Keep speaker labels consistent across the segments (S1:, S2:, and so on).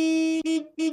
S1: 滴。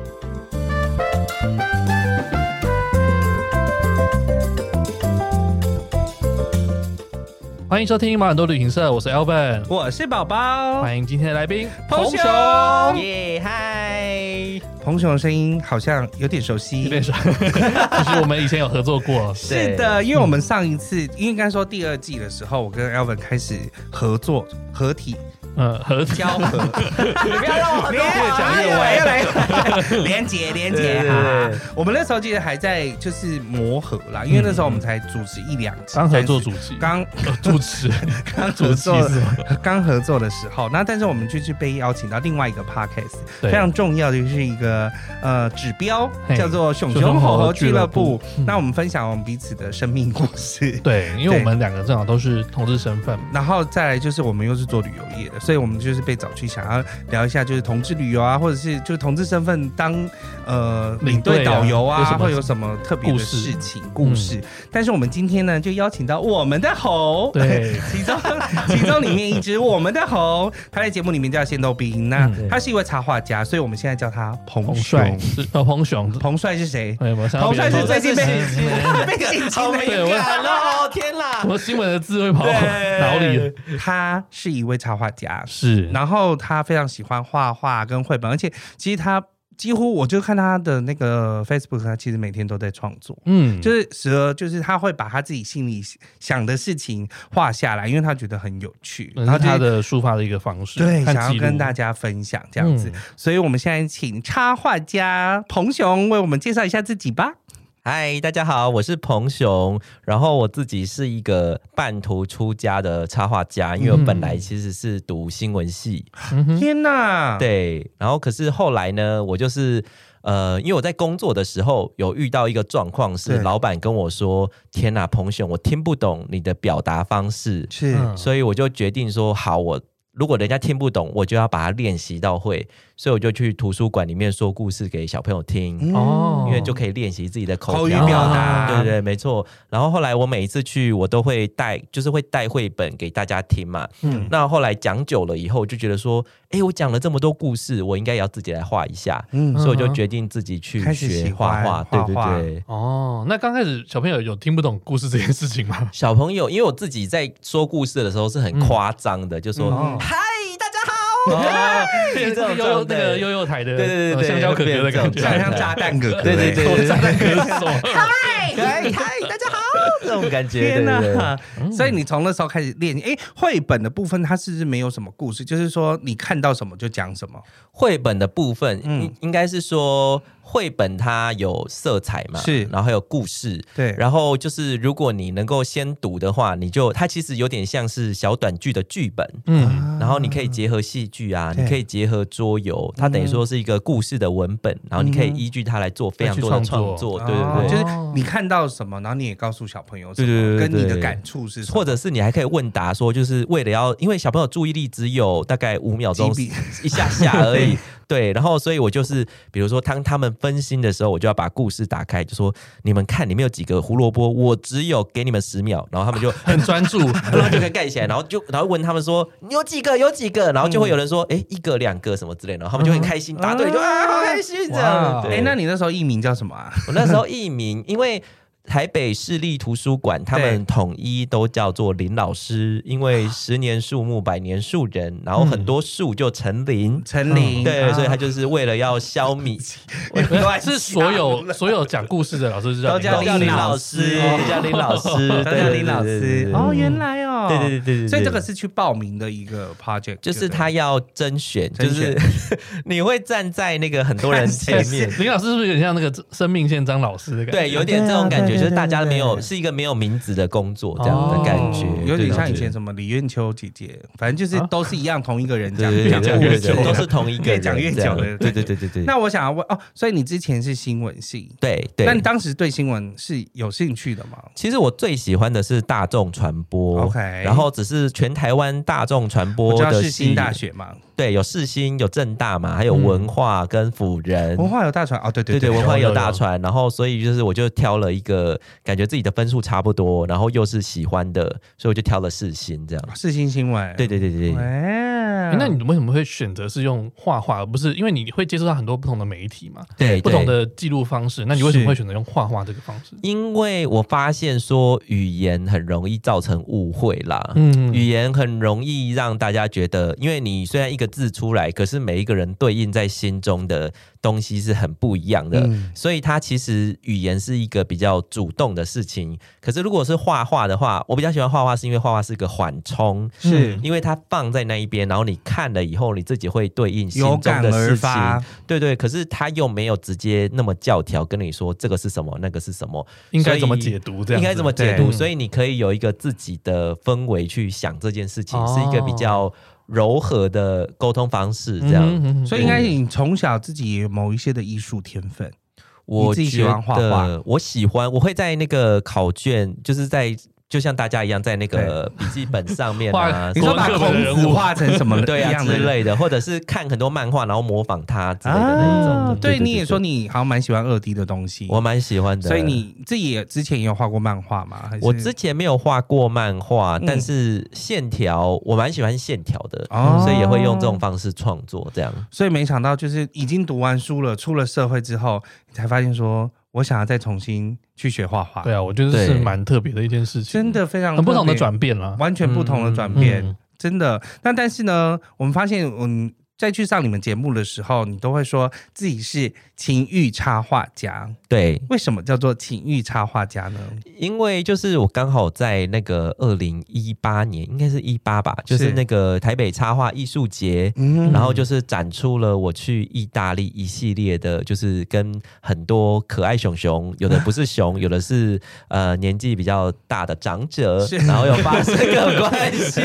S2: 欢迎收听毛很多旅行社，我是 Elvin，
S3: 我是宝宝，
S2: 欢迎今天的来宾
S3: 彭雄
S1: 耶嗨！
S3: 彭雄的声音好像有点熟悉，
S2: 有 点帅，就是我们以前有合作过。
S3: 是的，因为我们上一次应该说第二季的时候，我跟 Elvin 开始合作合体
S2: 嗯，合作。
S3: 交 合，
S1: 你不要让我
S3: 越讲越歪，来哎 连结连
S1: 对
S3: 结
S1: 对
S3: 哈
S1: 对。
S3: 我们那时候记得还在就是磨合啦，因为那时候我们才主持一两集，
S2: 刚合作
S3: 但是
S2: 主持，
S3: 刚
S2: 呃主持，
S3: 刚
S2: 主
S3: 合
S2: 持
S3: 作
S2: 是吗
S3: 刚合作的时候，那但是我们就去被邀请到另外一个 podcast，
S2: 对
S3: 非常重要的就是一个呃指标
S2: 嘿
S3: 叫做熊熊猴猴俱乐部。嗯那我们分享我们彼此的生命故事。
S2: 对，因为
S3: 对
S2: 我们两个正好都是同志身份嘛，
S3: 然后再来就是我们又是做旅游业的，所以我们就是被找去想要聊一下就是同志旅游啊，或者是就是同志身份当呃
S2: 领
S3: 领
S2: 队啊
S3: 队导游
S2: 有什么
S3: 啊，会有什么特别
S2: 故
S3: 的
S2: 事嗯
S3: 事情故事。但是我们今天呢，就邀请到我们的猴，
S2: 对
S3: 其中其中里面一只我们的猴，他在节目里面叫仙豆冰，那
S2: 嗯
S3: 他是一位插画家，所以我们现在叫他彭
S2: 彭帅
S3: 帅。
S2: 是呃彭雄，
S3: 彭帅是谁？
S2: 哎，我想到
S3: 彭
S2: 别
S3: 帅
S2: 人
S3: 是最近被被性侵的
S1: 好敏
S3: 一个。
S1: 感哦，天啦！
S2: 我新闻的字会跑到脑里，
S3: 他是一位插画家，
S2: 是
S3: 然后他非常喜欢画画跟绘本，而且其实他几乎我就看他的那个 Facebook，他其实每天都在创作。
S2: 嗯，
S3: 就是是时而就是他会把他自己心里想的事情画下来，因为他觉得很有趣，然后
S2: 是嗯
S3: 就
S2: 他
S3: 是
S2: 的抒发的一个方式，
S3: 对
S2: 和
S3: 想
S2: 记
S3: 要
S2: 录
S3: 跟大家分享这样子。
S2: 嗯
S3: 所以我们现在请插画家彭雄为我们介绍一下自己吧。
S1: 嗨，大家好，我是彭雄，然后我自己是一个半途出家的插画家，因为我本来其实是读新闻系，
S2: 嗯哼
S3: 天哪，，
S1: 对，然后可是后来呢，我就是呃，因为我在工作的时候有遇到一个状况，是
S3: 对
S1: 老板跟我说：“天哪，彭雄，我听不懂你的表达方式。
S3: 是、
S2: 嗯
S1: 所以我就决定说，好，我如果人家听不懂，我就要把它练习到会。所以我就去图书馆里面说故事给小朋友听。
S3: 嗯
S2: 哦，
S1: 因为就可以练习自己的口
S3: 口语
S1: 条啊
S3: 表达
S1: 对对对，没错。然后后来我每一次去，我都会带，就是会带绘本给大家听嘛。
S3: 嗯
S1: 那后来讲久了以后，就觉得说，哎，我讲了这么多故事，我应该也要自己来画一下，
S3: 嗯
S1: 所以我就决定自己去
S3: 开始喜
S1: 学
S3: 欢
S1: 画画。对对
S3: 画画
S1: 对。
S2: 哦，那刚开始小朋友有听不懂故事这件事情 吗？
S1: 小朋友，因为我自己在说故事的时候是
S2: 嗯
S1: 很夸张的，就说
S3: 嗯
S1: 嗨，大家好， 哦
S2: 这
S1: 这
S2: 个
S1: 种
S2: 悠悠
S1: 状态
S2: 那个悠悠台的，
S1: 对对对
S2: 呃
S1: 对
S2: 香蕉可可的感觉，
S1: 会变
S3: 像
S1: 这
S3: 像
S1: 种
S3: 炸弹哥哥，
S1: 对对 对
S2: 我炸弹歌 手，
S1: 嗨嗨，大家好，这种感觉，
S3: 天
S1: 对嗯对对
S3: 呐！所以你从那时候开始练，哎，绘本的部分它是不是没有什么故事？就是说你看到什么就讲什么，
S1: 绘本的部分，
S3: 嗯
S1: 应应该是说绘本它有色彩嘛，
S3: 是
S1: 然后还有故事。
S3: 对，
S1: 然后就是，如果你能够先读的话，你就它其实有点像是小短剧的剧本，
S2: 嗯，
S1: 然后你可以结合戏剧啊，
S3: 啊对
S1: 你可以结合桌游，它等于说是一个故事的文本，然后你可以依据它来做非常多的
S2: 去创
S1: 创
S2: 作
S1: 作，
S3: 哦
S1: 对对
S3: 就
S1: 对。
S3: 是你看到什么，然后你也告诉小朋友什
S1: 对对
S3: 么，
S1: 对
S3: 跟你
S1: 对
S3: 的
S1: 对
S3: 感触是什么，
S1: 或者是你还可以问答说，就是为了要，因为小朋友注意力只有大概五秒钟
S3: 几笔
S1: 一下下 而已，对。然后，所以我就是，比如说当他们分心的时候，我就要把故事打开，就说你们看里面有几个胡萝卜，我只有给你们十秒，然后他们就。
S2: 很专 注，
S1: 然后就可以盖起来，然后就然后问他们说有几个有几个，然后就会有人说哎、诶一个两个什么之类的，然后他们就很开心答
S3: 嗯
S1: 对，就啊好开心这
S2: 哇
S1: 样。哦对
S3: 哎，那你那时候艺名叫什么啊？
S1: 我那时候艺名，因为台北市立图书馆他们统一都叫做林老师，因
S3: 啊
S1: 为十年树木，百年树人，然后很多树就成林。
S3: 陈琳，
S1: 嗯对，
S3: 嗯啊
S1: 所以他就是为了要 消弭，
S2: 是所有所有讲故事的老师是
S1: 都
S2: 叫
S1: 叫
S2: 林
S1: 林
S2: 老
S1: 老
S2: 师
S1: 师，都叫林老师，
S3: 他叫林老师
S1: 对对对对对对
S3: 哦，原来哦，
S1: 对对对对对，
S3: 所以这
S1: 对
S3: 个是去报名的一个 project，
S1: 就是
S3: 对
S1: 他要甄选，就
S3: 甄
S1: 是 你会站在那个很多人前面，
S2: 林老师是不是有点像那个生命线张老师的感觉？
S1: 对，有点这种感
S3: 对
S1: 觉，
S3: 啊
S1: 就是大家
S3: 对对对
S1: 没有
S3: 对
S1: 是一个没有名字的工作这样的感觉
S2: 哦，
S3: 有
S1: 对
S3: 点
S1: 对
S3: 像以
S1: 对
S3: 前什么李艳秋姐姐，反正就是
S2: 啊
S3: 都是一样同一个人讲
S1: 对对
S3: 讲
S1: 对
S3: 故
S1: 对
S3: 事
S1: 对，
S3: 这
S1: 都
S3: 样
S1: 是同一个
S3: 越
S1: 人，
S3: 讲越
S1: 这样
S3: 久的
S1: 对对对对对，
S3: 那我想要问哦，所以你之前是新闻系，
S1: 对
S3: 那
S1: 对
S3: 你。当时对新闻是有兴趣的吗
S1: 其实我最喜欢的是大众传播
S3: OK
S1: 然后只是全台湾大众传播
S3: 我知道
S1: 的
S3: 世新
S1: 系
S3: 大，学嘛，
S1: 对，有世新，有正大嘛，还有
S2: 嗯
S1: 文化跟辅仁，
S3: 文化有大传哦，对
S1: 对
S3: 对
S1: 对，文化
S2: 有
S1: 有
S2: 有
S1: 大
S2: 有
S1: 船，然后所以就是我就挑了一个感觉自己的分数差不多，然后又是喜欢的，所以我就挑了四星这样。
S3: 世新新闻，
S1: 对对对对对，
S3: 哎
S2: 诶那你为什么会选择是用画画，而不是因为你会接触到很多不同的媒体嘛，
S1: 对
S2: 不同。
S1: 对
S2: 的记录方式？那你为什么
S3: 是
S2: 会选择用画画这个方式？
S1: 因为我发现说语言很容易造成误会啦，
S2: 嗯
S1: 语言很容易让大家觉得，因为你虽然一个字出来，可是每一个人对应在心中的东西是很不一样的，
S3: 嗯
S1: 所以它其实语言是一个比较主动的事情。可是如果是画画的话，我比较喜欢画画，是因为画画是个缓冲，
S3: 是
S1: 因为它放在那一边，然后你看了以后，你自己会对应心
S3: 有
S1: 中
S3: 感
S1: 的
S3: 而
S1: 事情，
S3: 发，
S1: 对对。可是他又没有直接那么教条跟你说这个是什么，那个是什么，
S2: 应该怎么
S1: 所以
S2: 解读？这样
S1: 应
S2: 子
S1: 该怎么解读，
S2: 对
S1: 所以你可以有一个自己的氛围去想这件事情，
S2: 哦
S1: 是一个比较柔和的沟通方式。这样，
S2: 嗯哼嗯哼
S3: 所以应该你从小自己也有某一些的艺术天分，
S1: 我
S3: 你自己喜
S1: 觉
S3: 欢画画
S1: 得我喜欢，我会在那个考卷，就是在就像大家一样，在那个笔记本上面啊
S2: 画，
S3: 你
S1: 什
S3: 说
S1: 么
S3: 把
S1: 的
S3: 孔子画成什么
S1: 对
S3: 一
S1: 啊
S3: 样
S1: 之
S3: 的人
S1: 类的，或者是看很多漫画，然后模仿他之类的那一种。
S3: 啊对，你也说
S1: 对
S3: 你好像蛮喜欢二 D 的东西，
S1: 我蛮喜欢的，
S3: 所以你自己也之前也有画过漫画吗？还是
S1: 我之前没有画过漫画，
S3: 嗯
S1: 但是线条我蛮喜欢线条的，
S3: 哦
S1: 所以也会用这种方式创作。这样
S3: 所以没想到，就是已经读完书了，出了社会之后，你才发现说，我想要再重新去学画画。
S2: 对，啊，我觉得是
S1: 对
S2: 蛮特别的一件事情，
S3: 真的非常
S2: 很不同的
S3: 特别，
S2: 转变啦。
S3: 完全不同的转变，
S2: 嗯
S3: 真的。那但是呢，我们发现，嗯，再去上你们节目的时候，你都会说自己是情欲插画家。
S1: 对，
S3: 为什么叫做情欲插画家呢？
S1: 因为就是我刚好在那个二零一八年，应该是一八吧，就是
S3: 是
S1: 那个台北插画艺术节。
S3: 嗯
S1: 然后就是展出了我去意大利一系列的，就是跟很多可爱熊熊，有的不是熊，有的是呃年纪比较大的长者
S3: 是，
S1: 然后有发生个关系，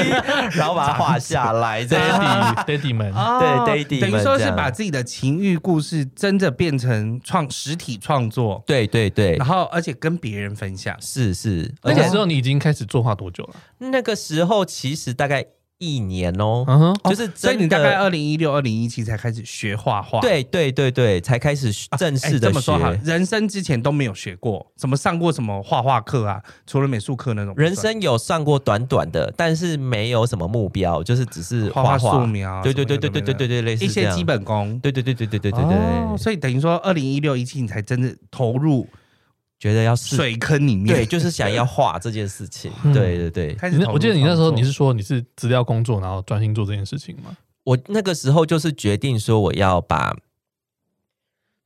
S1: 然后把它画下来这样。
S3: 啊
S2: ，Daddy Daddy 们，
S3: 哦
S1: 对，daddy
S3: 等于
S1: 们
S3: 说
S1: 这
S3: 是
S1: 样
S3: 把自己的情欲故事真的变成创实体创作，
S1: 对对对
S3: 然，后而且跟别人分享。
S1: 是是，而
S2: 那
S1: 且
S2: 个时候你已经开始作画多久了？
S1: 那个时候其实大概一年哦，
S2: 嗯哼，
S1: 就是
S3: 啊所以你
S1: 真
S3: 大概
S1: 的，
S3: 二零一六、二零一七才开始学画画，
S1: 对对对对，才开始
S3: 啊，
S1: 正
S3: 哎
S1: 式的
S3: 这么说好了
S1: 学，。
S3: 人生之前都没有学过，怎么上过什么画画课啊？除了美术课那种不算，
S1: 人生有上过短短的，但是没有什么目标，就是只是
S3: 画
S1: 画
S3: 素描啊，
S1: 对对对
S3: 什
S1: 对
S3: 么有
S1: 对
S3: 的
S1: 对对
S3: 没的
S1: 对，类似
S3: 一
S1: 这
S3: 些
S1: 样
S3: 基，本功。
S1: 对对对对对对对
S3: 哦
S1: 对，
S3: 所以等于说二零一六、一七你才真的投入
S1: 觉得要试，
S3: 水坑里面，
S1: 对，就是想要画这件事情
S2: 嗯。
S1: 对对对，
S3: 开
S2: 你
S3: 始
S2: 那
S3: 投入创作。
S2: 我记得你那时候你是说你是资料工作，然后专心做这件事情吗？
S1: 我那个时候就是决定说，我要把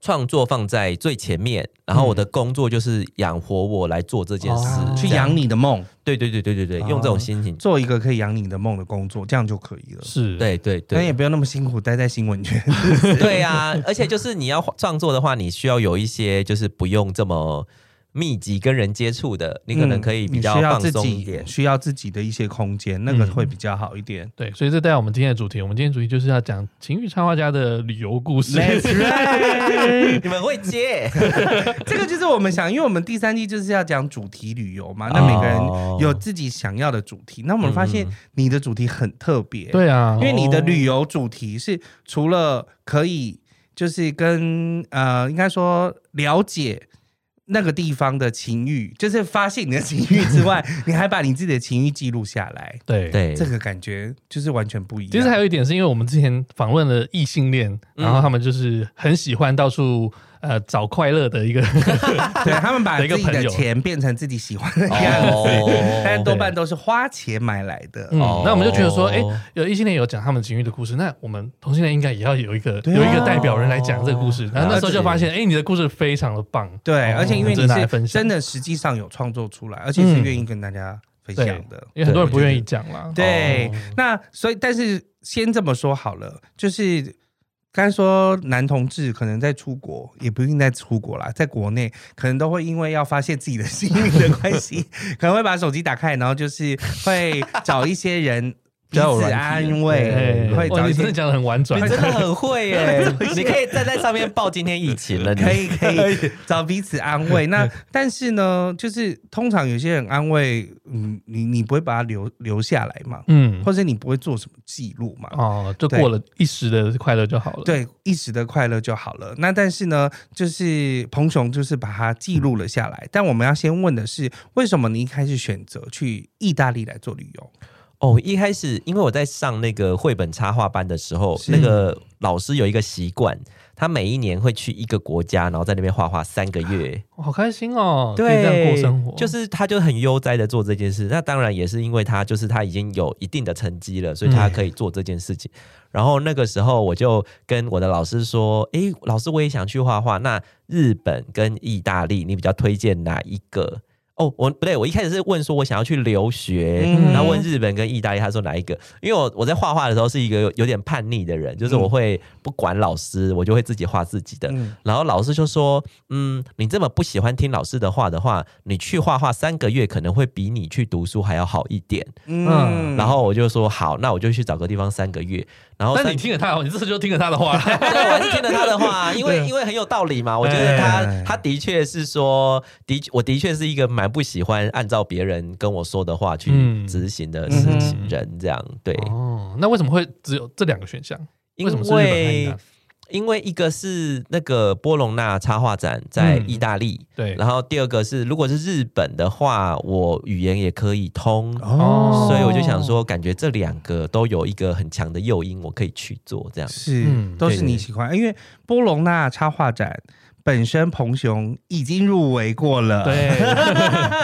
S1: 创作放在最前面，然后我的工作就是养活我来做这件事，
S2: 哦
S3: 去
S1: 这样
S3: 养。你的梦，
S1: 对对对对对对，
S3: 哦
S1: 用这种心情。
S3: 做一个可以养你的梦的工作，这样就可以了。
S2: 是，
S1: 对对
S3: 那也
S1: 对，
S3: 不用那么辛苦待在新闻圈。
S1: 对啊，而且就是你要创作的话，你需要有一些就是不用这么密集跟人接触的，你可能可以比
S3: 嗯
S1: 较
S3: 你需要
S1: 放
S3: 自
S1: 松
S3: 己
S1: 一点。
S3: 需要自己的一些空间，那个
S2: 嗯
S3: 会比较好一点。
S2: 对，所以这带到我们今天的主题。我们今天的主题就是要讲情欲插画家的旅游故 事。
S3: right，
S1: 你们会接？
S3: 这个就是我们想，因为我们第三季就是要讲主题旅游嘛，那每个人
S1: 哦
S3: 有自己想要的主题。那我们发现
S1: 嗯嗯
S3: 你的主题很特别，，
S2: 对啊，
S3: 因为你的旅游主题是除了可以就是跟呃，应该说了解。那个地方的情欲，就是发现你的情欲之外，你还把你自己的情欲记录下来，
S2: 对。
S1: 对，
S3: 这个感觉就是完全不一样。
S2: 其实还有一点是因为我们之前访问了异性恋，
S1: 嗯
S2: 然后他们就是很喜欢到处呃找快乐的一个，
S3: 对他们把
S2: 的一个
S3: 自己的
S2: 朋友
S3: 钱变成自己喜欢的样子，但
S1: 哦
S3: 是多半都是花钱买来的。
S2: 嗯， 那我们就觉得说，哎、
S1: 哦
S2: 有异性恋有讲他们情欲的故事，那我们同性恋应该也要有一个、
S3: 对啊啊
S2: 有一个代表人来讲这个故事。然后那时候
S1: 了解
S2: 就发现，哎、你的故事非常的棒，
S4: 哦
S1: 哦
S3: 对，而且因为
S2: 值得
S3: 你
S2: 拿来
S3: 是
S2: 分享
S1: 嗯
S3: 真的实际上有创作出来，而且是愿意跟大家。分享的。
S1: 哦
S4: 因为很多人不愿意讲啦。
S3: 对，
S2: 哦
S3: 那所以但是先这么说好了，就是刚才说男同志可能在出国，也不一定在出国啦，在国内可能都会因为要发泄自己的心灵的关 系，可能会把手机打开，然后就是会找一些人彼
S1: 交友
S3: 此
S1: 软体哦
S3: 安
S4: 哎
S3: 慰，会
S2: 哇，
S3: 找一
S2: 你真
S3: 些
S2: 的。讲的很婉转
S1: 你，真的很会 耶！你可以站在上面报今天疫 情了，你
S3: 可以可
S1: 哎
S3: 以找彼此安慰，那但是呢，就是通常有些人安慰，嗯，你你不会把它留留下来嘛，
S4: 嗯，
S3: 或者你不会做什么记录嘛，
S4: 哦，就过了一时的快乐就好了。，
S3: 对一时的快乐就好了。那但是呢，就是彭雄就是把它记录了下
S1: 嗯
S3: 来。但我们要先问的是，为什么你一开始选择去意大利来做旅游？
S1: 哦，一开始因为我在上那个绘本插画班的时候，
S3: 是
S1: 那个老师有一个习惯，他每一年会去一个国家，然后在那边画画三个月，
S4: 好开心哦，可以
S1: 对，
S4: 这样过生活，
S1: 就是他就很悠哉的做这件事。那当然也是因为他就是他已经有一定的成绩了，所以他
S4: 嗯
S1: 可以做这件事情。然后那个时候我就跟我的老师说：“诶，老师，我也想去画画。那日本跟意大利，你比较推荐哪一个？”哦，我不对，我一开始是问说我想要去留学，
S3: 嗯
S1: 然后问日本跟意大利，他说哪一个？因为我我在画画的时候是一个有有点叛逆的人，就是
S4: 嗯
S1: 我会不管老师，我就会自己画自己的。
S3: 嗯，
S1: 然后老师就说：“嗯，你这么不喜欢听老师的话的话，你去画画三个月可能会比你去读书还要好一点。
S3: 嗯
S1: 然后我就说：“好，那我就去找个地方三个月。”然后
S2: 但
S1: 三
S2: 你听了他，你这次就听了他的话，
S1: 对，我还是听了他的话，因为因为很有道 理嘛。我觉得他
S3: 哎
S1: 他的确是说，的我的确是一个蛮不喜欢按照别人跟我说的话去
S4: 嗯
S1: 执行的
S3: 嗯
S1: 事
S3: 哼
S1: 情人，这样对。
S4: 哦，那为什么会只有这两个选项？
S1: 因
S4: 为什么是日本和意大
S1: 嗯为
S4: 利？
S1: 因为一个是那个波隆纳插画展在
S4: 嗯
S1: 意大利，
S4: 对，
S1: 然后第二个是，如果是日本的话，我语言也可以通，
S4: 哦
S1: 所以我就想说，感觉这两个都有一个很强的诱因，我可以去做这样。
S3: 是、
S4: 嗯
S3: 都是
S1: 对对
S3: 你喜欢，因为波隆纳插画展。本身彭雄已经入围过了，
S4: 对，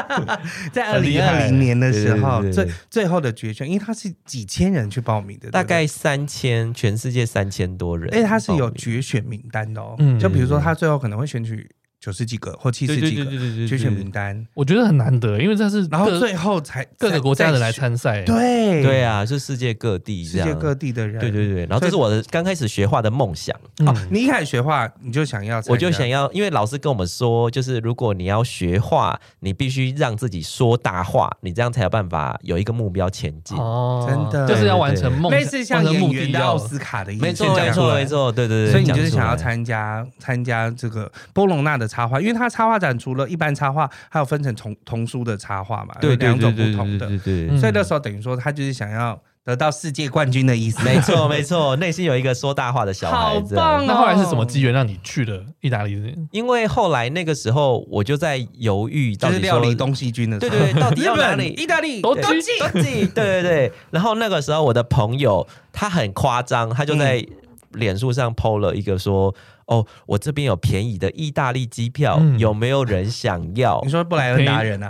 S3: 在二
S4: 很厉
S3: 零二
S4: 害
S3: 零年的时候，
S1: 对对对
S3: 最最后的决选，因为他是几千人去报名的，
S1: 大
S3: 对不对
S1: 概三千，全世界三千多人报
S3: 哎，
S1: 名，
S3: 他是有决选名单的哦。
S4: 嗯
S3: 就比如说，他最后可能会选取九十几个或七十
S4: 对对
S3: 几
S4: 对对
S3: 个
S4: 对
S3: 决
S4: 对
S3: 选
S4: 对
S3: 名，单，
S4: 我觉得很难得，因为这是
S3: 然后
S4: 各
S3: 最后才
S4: 各个国家的来
S3: 才
S4: 参赛，
S3: 再选，对
S1: 对，啊，就世界各地
S3: 世
S1: 这样，
S3: 界各地啊的人。
S1: 对对对。然后这是我的刚开始学画的梦想，
S4: 嗯，
S3: 哦，你一开始学画，你就想要参加，
S1: 我就想要，因为老师跟我们说，就是如果你要学画，你必须让自己说大话，你这样才有办法有一个目标前进。
S4: 哦
S3: 真的
S4: 就是要完成梦想，
S3: 类似像
S4: 完成
S3: 演
S4: 目的
S3: 员的
S4: 要
S3: 奥斯卡的意思，
S1: 没错，
S3: 这样
S1: 没错，
S3: 子
S1: 没。错，对对对。
S3: 所以你就是
S1: 讲出
S3: 想要
S1: 来
S3: 参加参加这个波隆纳的插画，因为它插画展除了一般插画，还有分成童童书的插画嘛，有
S1: 对对
S3: 两
S1: 对
S3: 种不
S1: 对
S3: 同
S1: 对
S3: 的。
S1: 对对。
S4: 嗯
S3: 所以那时候等于说，他就是想要得到世界冠军的意思。
S1: 没错，没错，内心有一个说大话的小孩子。
S3: 好棒
S4: 那后来是什么机缘让你去了意大利？
S1: 因为后来那个时候，我就在犹豫，到
S3: 就
S1: 底
S3: 是
S1: 说
S3: 料理东西军的时
S1: 对
S3: 候，
S1: 对对，到底
S3: 日
S1: 要哪
S3: 本、
S1: 里？
S3: 意大利
S4: 都
S1: 对
S4: 都
S1: 都
S4: 记
S1: 记，对对对。然后那个时候，我的朋友他很夸张，他就在脸书上 PO 了一个说：“哦，我这边有便宜的意大利机票，
S4: 嗯
S1: 有没有人想要
S3: 你？”说布莱恩达人啊，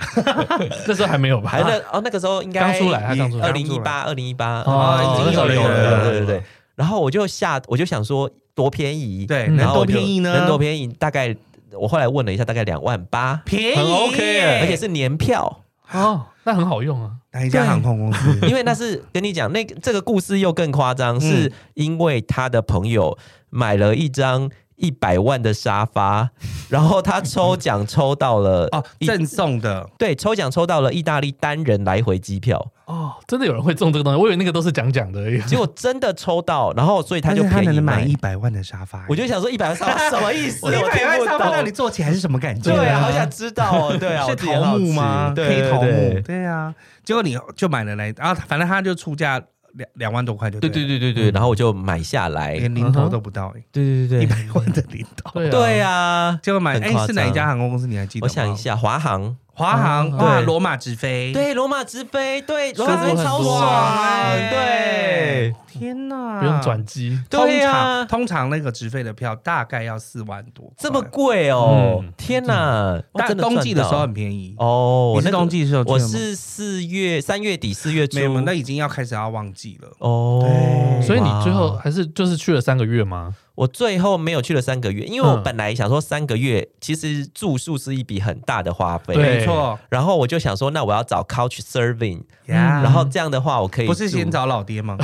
S4: 那时候还没有吧？
S1: 还那哦，那个时候应该
S4: 刚出来，他刚出
S3: 嗯
S1: 二
S4: 来，
S1: 零一八，二零一八，
S4: 哦
S1: 已经有
S4: 那时候有
S1: 了，
S4: 了
S1: 对对对。然后我就下，我就想说多便宜，
S3: 对，能
S4: 嗯
S1: 然后
S3: 多
S1: 我就
S3: 便宜呢？
S1: 能多便宜？大概我后来问了一下，大概两万八，
S3: 便宜
S4: 很 OK 耶
S1: 而且是年 票。
S4: 哦，那很好用啊，
S3: 哪一家航空公司？
S1: 因为那是跟你讲，那个这个故事又更夸
S3: 嗯
S1: 张，是因为他的朋友买了一张一百万的沙发， 然后他抽奖抽到了
S3: 哦，
S1: 一
S3: 赠送的
S1: 对，抽奖抽到了意大利单人来回机票，
S4: 哦，真的有人会中这个东西，我以为那个都是讲讲的而已。
S1: 结果真的抽到，然后所以他就
S3: 但是他
S1: 便宜
S3: 能买
S1: 卖
S3: 一。百万的沙发，
S1: 我就想说一百万沙发什么意思？
S3: 一
S1: 我
S3: 百
S1: 听
S3: 万
S1: 不
S3: 沙发
S1: 懂
S3: 到底坐起来是什么感觉？
S1: 对啊，好想知道哦。对啊，我
S3: 是
S1: 自己也
S3: 桃
S1: 好
S3: 木
S1: 奇
S3: 吗？
S1: 对
S3: 黑桃
S1: 对对
S3: 木，对啊。结果你就买了来，然后反正他就出价两两万多块就
S1: 对
S3: 对
S1: 对
S3: 了，
S1: 对对对，然后我就买下来。
S3: 连零头都不到，
S1: 哎对
S3: 一
S1: 对
S3: 百万的零头。
S4: 对
S1: 对啊，
S3: 结果买
S1: 很
S3: 哎
S1: 夸
S3: 是哪一
S1: 张
S3: 家
S1: 啊
S3: 航空公司？你还记得？
S1: 我想一，下，华航
S3: 华航
S4: 嗯
S3: 哇，
S1: 对
S3: 罗马直飞，
S1: 对罗马直飞，对罗马直
S4: 舒服
S1: 飞
S4: 很
S1: 超
S4: 多
S1: 爽
S3: 哎
S1: 哎，
S3: 天哪，
S4: 不用转。机，
S1: 对
S3: 通
S1: 对
S3: 常
S1: 啊，
S3: 通常那个直飞的票大概要四万多，
S1: 这么？贵哦
S4: 嗯！
S1: 天哪，哇
S3: 但
S1: 真的
S3: 冬季的时候
S1: 赚
S3: 很便宜
S1: 到。哦，
S3: 你
S1: 我
S3: 是
S1: 那个
S3: 冬季的时候去
S1: 我
S3: 的吗，
S1: 是四月三月底四月初
S3: 没有，那已经要开始要旺季了。
S1: 哦，
S3: 对
S4: 所以你最后
S1: 哇
S4: 还是就是去了三个月吗？
S1: 我最后没有去了三个月，因为我
S4: 嗯
S1: 本来想说三个月其实住宿是一笔很大的花费，
S4: 对
S3: 没错
S1: 然后我就想说，那我要找 Couch Serving，、
S3: 呀。
S1: 嗯然后这样的话我可以
S3: 嗯不是
S1: 住
S3: 先找老爹吗？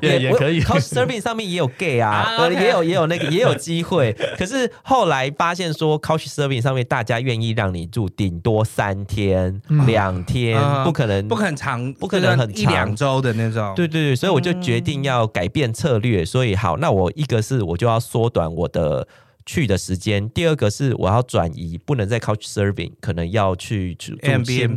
S4: 也也
S1: 我
S4: 可以
S1: Couch Serving 上面也有 gay 啊
S3: 啊，
S1: 呃
S3: OK
S1: 也有也有那个也有机会。可是后来发现说 Couch Serving 上面大家愿意让你住顶多三天、
S4: 嗯
S1: 两天，
S3: 嗯
S1: 不可能，
S3: 不。很长，
S1: 不可能很
S3: 一两
S1: 长
S3: 周的那种。
S1: 对对对，所以我就决定要改变策略。所以好，那我一个是我就要缩短我的去的时间，第二个是我要转移，不能再 Couch Serving，可能要去住住青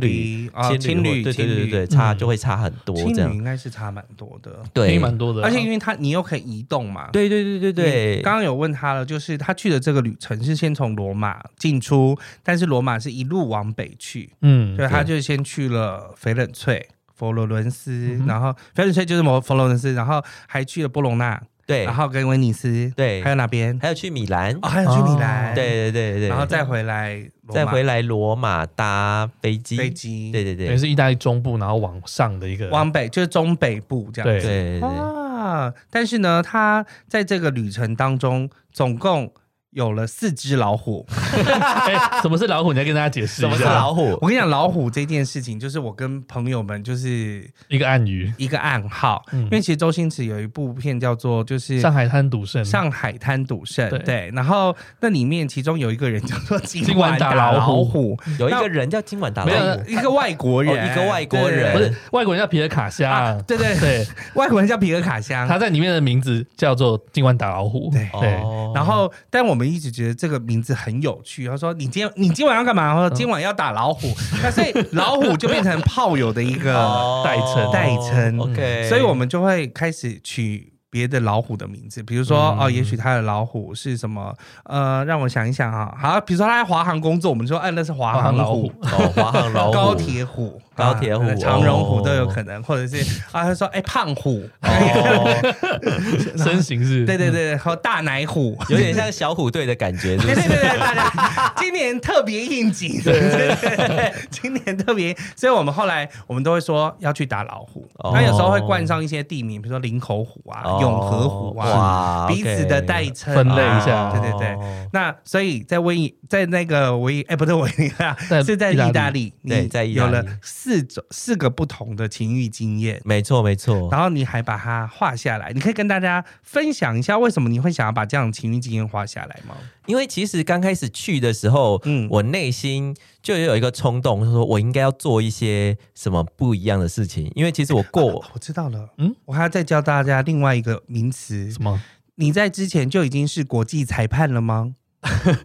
S3: ，Airbnb
S1: 旅。
S3: 啊，
S1: 青
S3: 情侣，
S1: 对对
S3: 情
S1: 对
S3: 侣
S1: 对，差
S4: 嗯
S1: 就会差很多
S3: 青
S1: 这
S3: 旅
S1: 样。
S3: 应该是差蛮多的，
S1: 对
S4: 听，蛮多的啊，
S3: 而且因为它你又可以移动嘛。
S1: 对对对对对，
S3: 你刚刚有问他了，就是他去的这个旅程是先从罗马进出，但是罗马是一路往北去，
S4: 嗯
S3: 所以他就先去了翡冷翠、佛罗伦斯，
S1: 嗯
S4: 哼
S3: 然后翡冷翠就是摩佛罗伦斯，然后还去了波隆纳，
S1: 对
S3: 然，后跟威尼斯，
S1: 对
S3: 还有哪边？
S1: 还有去米兰
S3: 哦，，还有去米兰，
S4: 哦
S1: 对对对对，
S3: 然后再回来罗马，
S1: 再回来罗马搭飞机，
S3: 飞机，
S1: 对对对
S4: 等于是意大利中部，然后往上的一个
S3: 往北就是中北部这样
S1: 对
S3: 子。
S1: 对对，
S3: 啊，但是呢，他在这个旅程当中，总共有了四只老 虎。
S4: 哎，什么是老虎？你再跟大家解释
S1: 什
S4: 一
S1: 么是啊
S4: 下，
S1: 老虎？
S3: 我跟你讲，老虎这件事情，就是我跟朋友们就是
S4: 一个暗语，
S3: 一个暗号，
S4: 嗯
S3: 因为其实周星驰有一部片叫做就是。
S4: 上海滩赌圣，
S3: 上海滩赌圣，
S4: 对
S3: 对，然后那里面其中有一个人叫做今
S4: 今晚
S3: 晚
S4: 打
S3: 打
S4: 老
S3: 老
S4: 虎
S3: 虎，
S1: 有一个人叫今晚打
S4: 没有
S1: 老虎，
S3: 一个外国人，
S1: 哦一个外国人
S4: 不
S3: 对对
S4: 是外国人叫皮尔卡
S3: 啊
S4: 虾，
S3: 对 对，
S4: 对，
S3: 外国人叫皮尔卡香，
S4: 他在里面的名字叫做今晚打老虎，
S3: 对
S4: 对，
S1: 哦
S3: 然后，但我们一直觉得这个名字很有趣。他说：“你今天你今晚要干嘛？”我说：“
S1: 嗯
S3: 今晚要打老虎。 那所以老虎就变成炮友的一个，
S1: 哦
S4: 代称
S3: 代称嗯
S1: ，OK，
S3: 所以我们就会开始取别的老虎的名字，比如说、
S1: 嗯
S3: 哦，也许他的老虎是什么？呃，让我想一想啊，好，比如说他在华航工作，我们说，哎，那是华
S4: 华
S3: 航
S4: 航老
S3: 虎
S4: 虎。
S1: 哦，华航老虎，
S3: 高铁虎、
S1: 高铁虎
S3: 啊长荣虎
S1: 哦
S3: 都有可能，或者是啊，他说哎、胖虎，
S1: 哦，
S4: 身形是，
S3: 对对
S1: 嗯
S3: 对，和大奶 虎，
S1: 有点像小虎队的感觉，是 不
S3: 对
S1: 是
S3: 对对对，大家今年特别应景，对对对， 今年特别，所以我们后来我们都会说要去打老虎，
S1: 哦
S3: 那有时候会冠上一些地名，比如说林口虎啊、
S1: 哦
S3: 永和虎啊，
S1: 哇
S3: 彼此的
S1: OK
S3: 代称
S4: 分类
S3: 啊
S4: 一下
S3: 对对对。
S1: 哦
S3: 那所以在维也，在那个维也，哎，不是维也纳
S4: 在，
S3: 是在
S4: 意大利
S3: 意大利，
S1: 对
S3: 你
S1: 在意
S3: 有
S1: 大利
S3: 了四种四个不同的情欲经验，
S1: 没错没错，
S3: 然后你还把它画下来，你可以跟大家分享一下为什么你会想要把这样的情欲经验画下来吗？
S1: 因为其实刚开始去的时候，
S3: 嗯
S1: 嗯，我内心就有一个冲动，就是说我应该要做一些什么不一样的事情。因为其实我过
S3: 啊我知道了，嗯
S4: 嗯，
S3: 我还要再教大家另外一个名词。
S4: 什么？
S3: 你在之前就已经是国际裁判了吗？？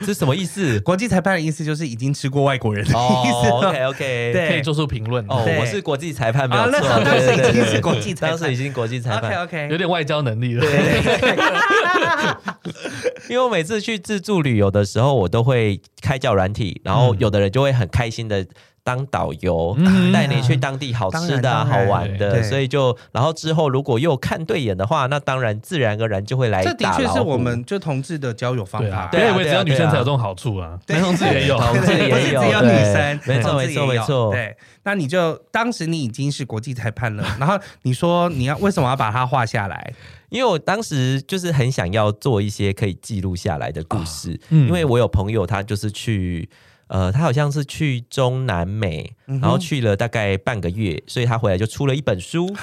S1: 是什么意思
S3: 国际裁判的意思就是已经吃过外国人的意思
S1: 哦
S3: 了。
S1: ，OK OK，
S3: 对
S4: 可以做出评论，
S1: 哦
S3: 啊对，
S1: 我是国际裁判，没
S3: 啊
S1: 有，
S3: 那时
S1: 错，
S3: 候当时
S1: 对对
S3: 已经
S1: 对
S3: 是国际裁
S1: 当时
S3: 判。
S1: 已经国际裁
S3: OK
S1: 判，
S4: 有
S3: OK，
S4: 点外交能力了，
S1: 因为我每次去自助旅游的时候，我都会开教软体，然
S3: 嗯
S1: 后有的人就会很开心的当导游，
S4: 嗯
S1: 带你去当地好吃的啊、
S3: 当然当
S1: 好
S3: 然
S1: 玩
S3: 对
S1: 的，所以就然后之后如果又看对眼的话，那当然自然而然就会来
S3: 这的
S1: 打
S3: 确
S1: 老
S3: 是
S1: 虎
S3: 我们就同志的交友方
S4: 对啊
S3: 法，。
S4: 不
S1: 对啊
S4: 要以为只有
S1: 对啊
S4: 女生才有这种好处啊，
S3: 对
S4: 男同志也有，
S1: 同志
S3: 不是
S1: 也
S3: 只
S1: 有，
S3: 有
S1: 对
S3: 女生，
S1: 没错
S3: 同志
S1: 没错
S3: 也
S1: 没
S3: 有
S1: 错，
S3: 对，那你就当时你已经是国际裁判 了，然后你说你要为什么要把它画下来？
S1: 因为我当时就是很想要做一些可以记录下来的
S3: 啊
S1: 故事，
S4: 嗯
S1: 因为我有朋友他就是去。呃，他好像是去中南美，
S3: 嗯
S1: 然后去了大概半个月，所以他回来就出了一 本书，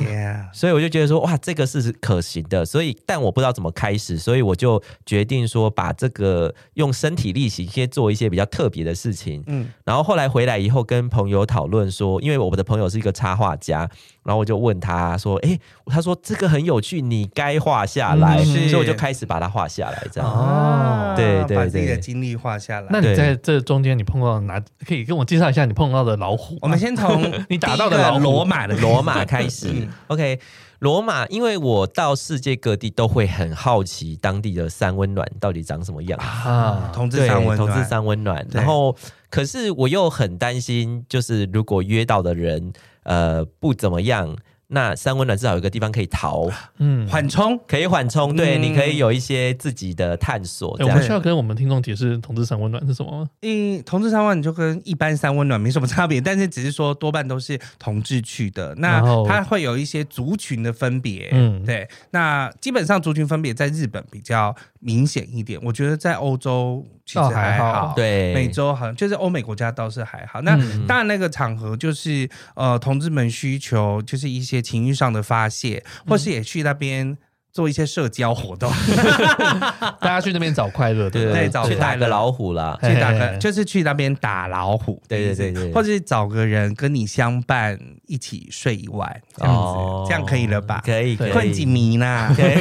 S3: Yeah
S1: 所以我就觉得说，哇，这个是可行的。所以，但我不知道怎么开始，所以我就决定说，把这个用身体力行先做一些比较特别的事情。
S3: 嗯
S1: 嗯，然后后来回来以后，跟朋友讨论说，因为我们的朋友是一个插画家，然后我就问他说，诶，他说这个很有趣，你该画下来，
S4: 嗯
S3: 是
S1: 所以我就开始把它画下来，这样。
S3: 啊
S1: 对对
S3: 把自己的
S1: 对
S3: 经历画下来。
S4: 那你在这中间你碰到哪？可以跟我介绍一下你碰到的老虎吗？
S3: 我们先从
S4: 你打到的老虎
S3: 第一个罗马的
S1: 罗马开始
S3: 嗯。
S1: OK，罗马，因为我到世界各地都会很好奇当地的三温暖到底长什么样
S4: 啊，
S3: 同志
S1: 对，
S3: 三温
S1: 同
S3: 暖
S1: 志三温暖。
S3: 对
S1: 然后，可是我又很担心，就是如果约到的人呃不怎么样，那三温暖至少有个地方可以 逃，
S4: 嗯，
S3: 缓冲，
S1: 可以缓冲，对，
S3: 嗯
S1: 你可以有一些自己的探索，
S4: 哎
S1: 这
S4: 我
S1: 样
S4: 们需要跟我们听众解释同志三温暖是什么吗？
S3: 嗯，同志三温暖就跟一般三温暖没什么差别，但是只是说多半都是同志去的，那
S4: 然后
S3: 它会有一些族群的分别，
S4: 嗯
S3: 对，那基本上族群分别在日本比较明显一点，我觉得在欧洲其实
S4: 倒还
S3: 还
S4: 好
S3: 好，
S1: 对，
S3: 美洲好像就是欧美国家倒是还好。那、
S4: 嗯
S3: 当然那个场合就是呃，同志们需求就是一些情欲上的发泄，
S1: 嗯
S3: 或是也去那边做一些社交活 动，
S4: 大家去那边找快乐，
S1: 对
S4: 不
S3: 对
S1: 对
S3: 找
S1: 对，去打
S3: 快
S1: 个
S3: 乐
S1: 老虎 啦，
S4: 嘿
S3: 去打个
S4: 嘿
S3: 就是去那边打老虎的意思，
S1: 对对对对
S3: 或者是找个人跟你相伴一起睡一晚，这样子，这样可以了吧？
S1: 哦可以，可
S4: 对
S1: 以
S3: 困几迷啦，
S1: 可以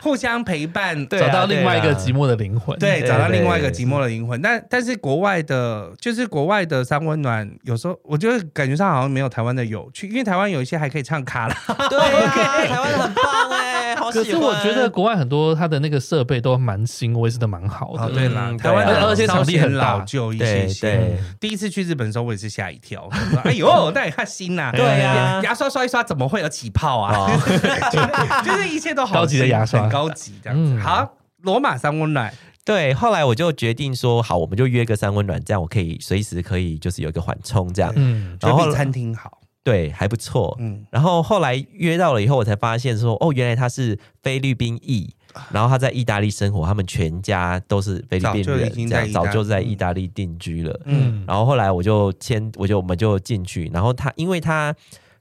S3: 互相陪伴，
S1: 对
S4: 找
S1: 啊
S4: 到另外一个
S1: 对啊
S4: 寂寞的灵魂。
S3: 对，
S1: 对
S3: 找到
S1: 对
S3: 另外一个
S1: 对
S3: 寂寞的灵魂。但但是国外的，就是国外的三温暖，有时候我觉得感觉上好像没有台湾的有趣，因为台湾有一些还可以唱卡拉。
S1: 对啊，台湾很棒哎，好喜
S4: 可
S1: 欢。
S4: 是我觉得国外很多它的那个设备都蛮新，维持的蛮好
S3: 哦，
S4: 的。
S3: 对啦，
S1: 嗯
S3: 台湾
S1: 对啊
S3: 的
S1: 而
S4: 且
S3: 稍
S4: 场地
S3: 显
S4: 很大
S3: 老旧一些
S1: 对
S3: 些。
S1: 对
S3: 第一次去日本的时候，我也是吓一跳，我说哎呦，那也太新 啦！
S4: 对
S1: 啊
S3: 牙刷刷一刷，怎么会有起泡啊？
S1: 哦
S3: 就是一切都好
S4: 高级的牙刷
S3: 很高级这样子。
S4: 嗯
S3: 好，罗马三温暖，
S1: 对，后来我就决定说，好，我们就约个三温暖，这样我可以随时可以就是有一个缓冲，这样
S4: 嗯，
S3: 就
S1: 然后
S3: 比餐厅好。
S1: 对还不错。
S3: 嗯，
S1: 然后后来约到了以后，我才发现说，哦，原来他是菲律宾裔，然后他在意大利生活，他们全家都是菲律宾
S3: 早就已
S1: 人，
S3: 经
S1: 这
S3: 在
S1: 样
S3: 意大
S1: 早
S3: 利
S1: 就在意大利定居了。
S3: 嗯
S4: 嗯，
S1: 然后后来我就签，我就我们就进去，然后他因为他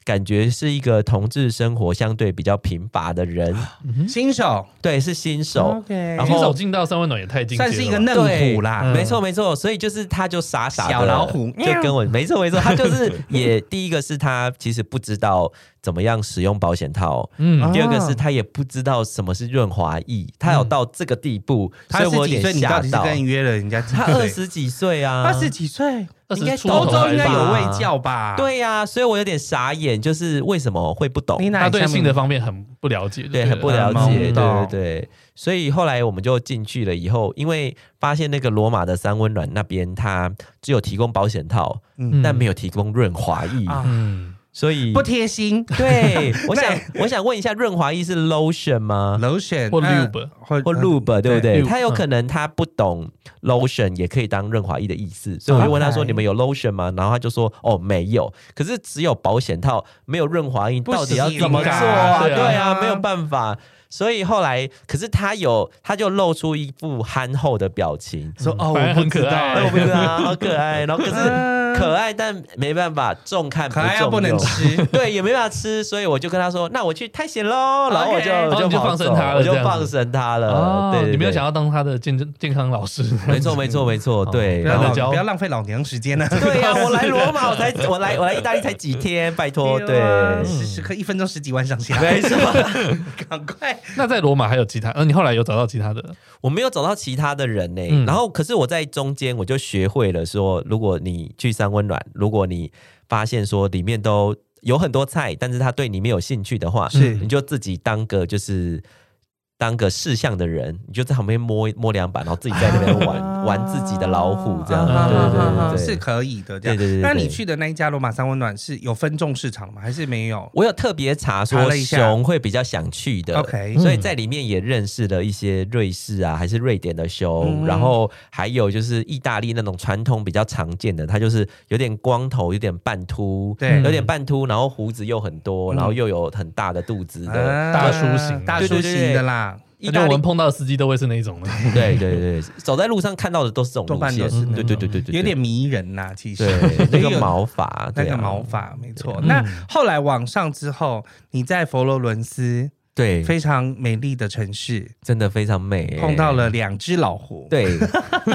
S1: 感觉是一个同志生活相对比较贫乏的人，
S3: 嗯新手
S1: 对，是新手，
S3: ，OK，
S1: 然后
S4: 新手进到三温暖也太进阶了
S3: 算
S4: 吧，
S3: 是一个嫩
S1: 对
S3: 虎啦。
S4: 嗯
S1: 没错没错，所以就是他就傻傻的
S3: 小老虎
S1: 就跟我没错没错，他就是也第一个是他其实不知道怎么样使用保险套。
S4: 嗯
S3: 啊嗯
S1: 第二个是他也不知道什么是润滑液，他有到这个地步，
S3: 他
S1: 所以
S3: 是
S1: 我
S3: 几
S1: 有
S3: 岁？
S1: 点
S3: 你到
S1: 吓
S3: 底是
S1: 到
S3: 跟。人约了人家几岁？
S1: 他 二十几岁啊，
S3: 二十几岁，
S4: 二十
S1: 应该
S4: 出头
S3: 欧洲
S4: 还
S3: 应该
S4: 是
S3: 有卫教吧？，
S1: 对呀、所以我有点傻眼，就是为什么会不懂？
S3: 你哪
S4: 他
S3: 里
S4: 对
S3: 像
S4: 性
S3: 你
S4: 的方面很不了解，
S1: 对，很不
S4: 了
S1: 了
S3: 嗯懵
S1: 解，对
S3: 懂
S1: 对对，所以后来我们就进去了以后，因为发现那个罗马的三温暖那边，它只有提供保险套，
S3: 嗯
S1: 但没有提供润滑液，
S3: 啊
S4: 嗯，
S1: 所以
S3: 不贴心。
S1: 对，我想我想问一下，润滑液是 lotion 吗？
S3: lotion
S4: 或
S3: 呃
S4: lube
S3: 或
S1: 嗯
S3: 呃
S1: 或 lube 对不对？
S4: lube，
S1: 他
S3: 嗯
S1: 有可能他不懂 lotion 也可以当润滑液的意思，所以我就问他说：“
S3: 哦 OK
S1: 你们有 lotion 吗？”然后他就说：“哦，没有。”可是只有保险套，没有润滑液，
S3: 不
S1: 到底要
S3: 行
S1: 怎么做
S3: 啊
S1: 啊？
S4: 对
S1: 对
S4: 啊
S1: 啊，没有办法。所以后来，可是他有，他就露出一副憨厚的表情，
S3: 说哦，
S4: 反
S3: 我
S4: 正
S3: 不
S4: 很
S3: 知
S4: 可
S3: 道
S4: 爱
S1: 哎，我不知道， 好可爱。然后可是
S3: 嗯
S1: 可爱，但没办法，重看
S3: 可爱要
S1: 重
S3: 不能
S1: 用。
S3: 吃
S1: 对，也没办法吃，所以我就跟他说：“那我去探险喽。”然后我就
S3: OK
S1: 我
S4: 哦你就
S1: 跑
S4: 放生
S1: 走
S4: 他了
S1: 我就
S4: 这样子
S1: 放生他了。
S4: 哦
S1: 呃对，对，
S4: 你没有
S1: 对
S4: 想要当他的健健康老师，
S1: 没错，没错，没错，对。
S3: 不
S1: 然
S3: 要
S1: 后
S3: 浪
S4: 然后
S3: 不要浪费老娘时间了。
S1: 对呀、我来罗马，我 才我来我来意大利才几天，拜托，哦对，嗯
S3: 啊时时刻一分钟十几万上下，
S1: 没错。
S3: 赶快。
S4: 那在罗马还有其他，呃，你后来有找到其他的，
S1: 我没有找到其他的人呢、
S4: 嗯
S1: 然后可是我在中间我就学会了说，如果你去三温暖，如果你发现说里面都有很多菜，但是他对你没有兴趣的话，
S3: 是
S1: 你就自己当个就是。当个事项的人，你就在旁边摸摸两把，然后自己在那边玩、
S3: 啊
S1: 玩自己的老虎，这样、
S4: 啊
S1: 对对对对对，
S3: 是可以的。这
S1: 对对对
S3: 样，
S1: 对
S3: 那你
S1: 对
S3: 去的那一家罗马三温暖是有分众市场吗？还是没有
S1: 我有特别查
S3: 查
S1: 说
S3: 了一下
S1: 熊会比较想去的
S3: ？OK，
S1: 所以在里面也认识了一些瑞士啊，还是瑞典的熊，
S3: 嗯
S1: 然后还有就是意大利那种传统比较常见的，它就是有点光头，有点半秃，
S3: 对
S1: 有点半秃，然后胡子又很多，
S3: 嗯
S1: 然后又有很大的肚子的。
S3: 啊
S4: 大叔型
S3: 大
S1: 对
S3: 叔
S1: 对对
S3: 型的啦。
S1: 意
S4: 那就
S1: 大
S4: 我
S1: 利
S4: 们碰到的司机都会是那一种的，
S1: 对对对，对走在路上看到的都是这种
S3: 多
S1: 路
S3: 半
S1: 线
S3: 都是，那
S1: 对对对对对，
S3: 有点迷人呐、其 实
S1: 对
S3: 也
S1: 那
S3: 有
S1: 个毛发，
S3: 那
S1: 对
S3: 个
S1: 啊
S3: 毛，发没错。
S4: 嗯
S3: 那后来往上之后，你在佛罗伦斯
S1: 对，
S3: 非常美丽的城市
S1: 真的非常美，欸
S3: 碰到了两只老虎，，
S1: 对，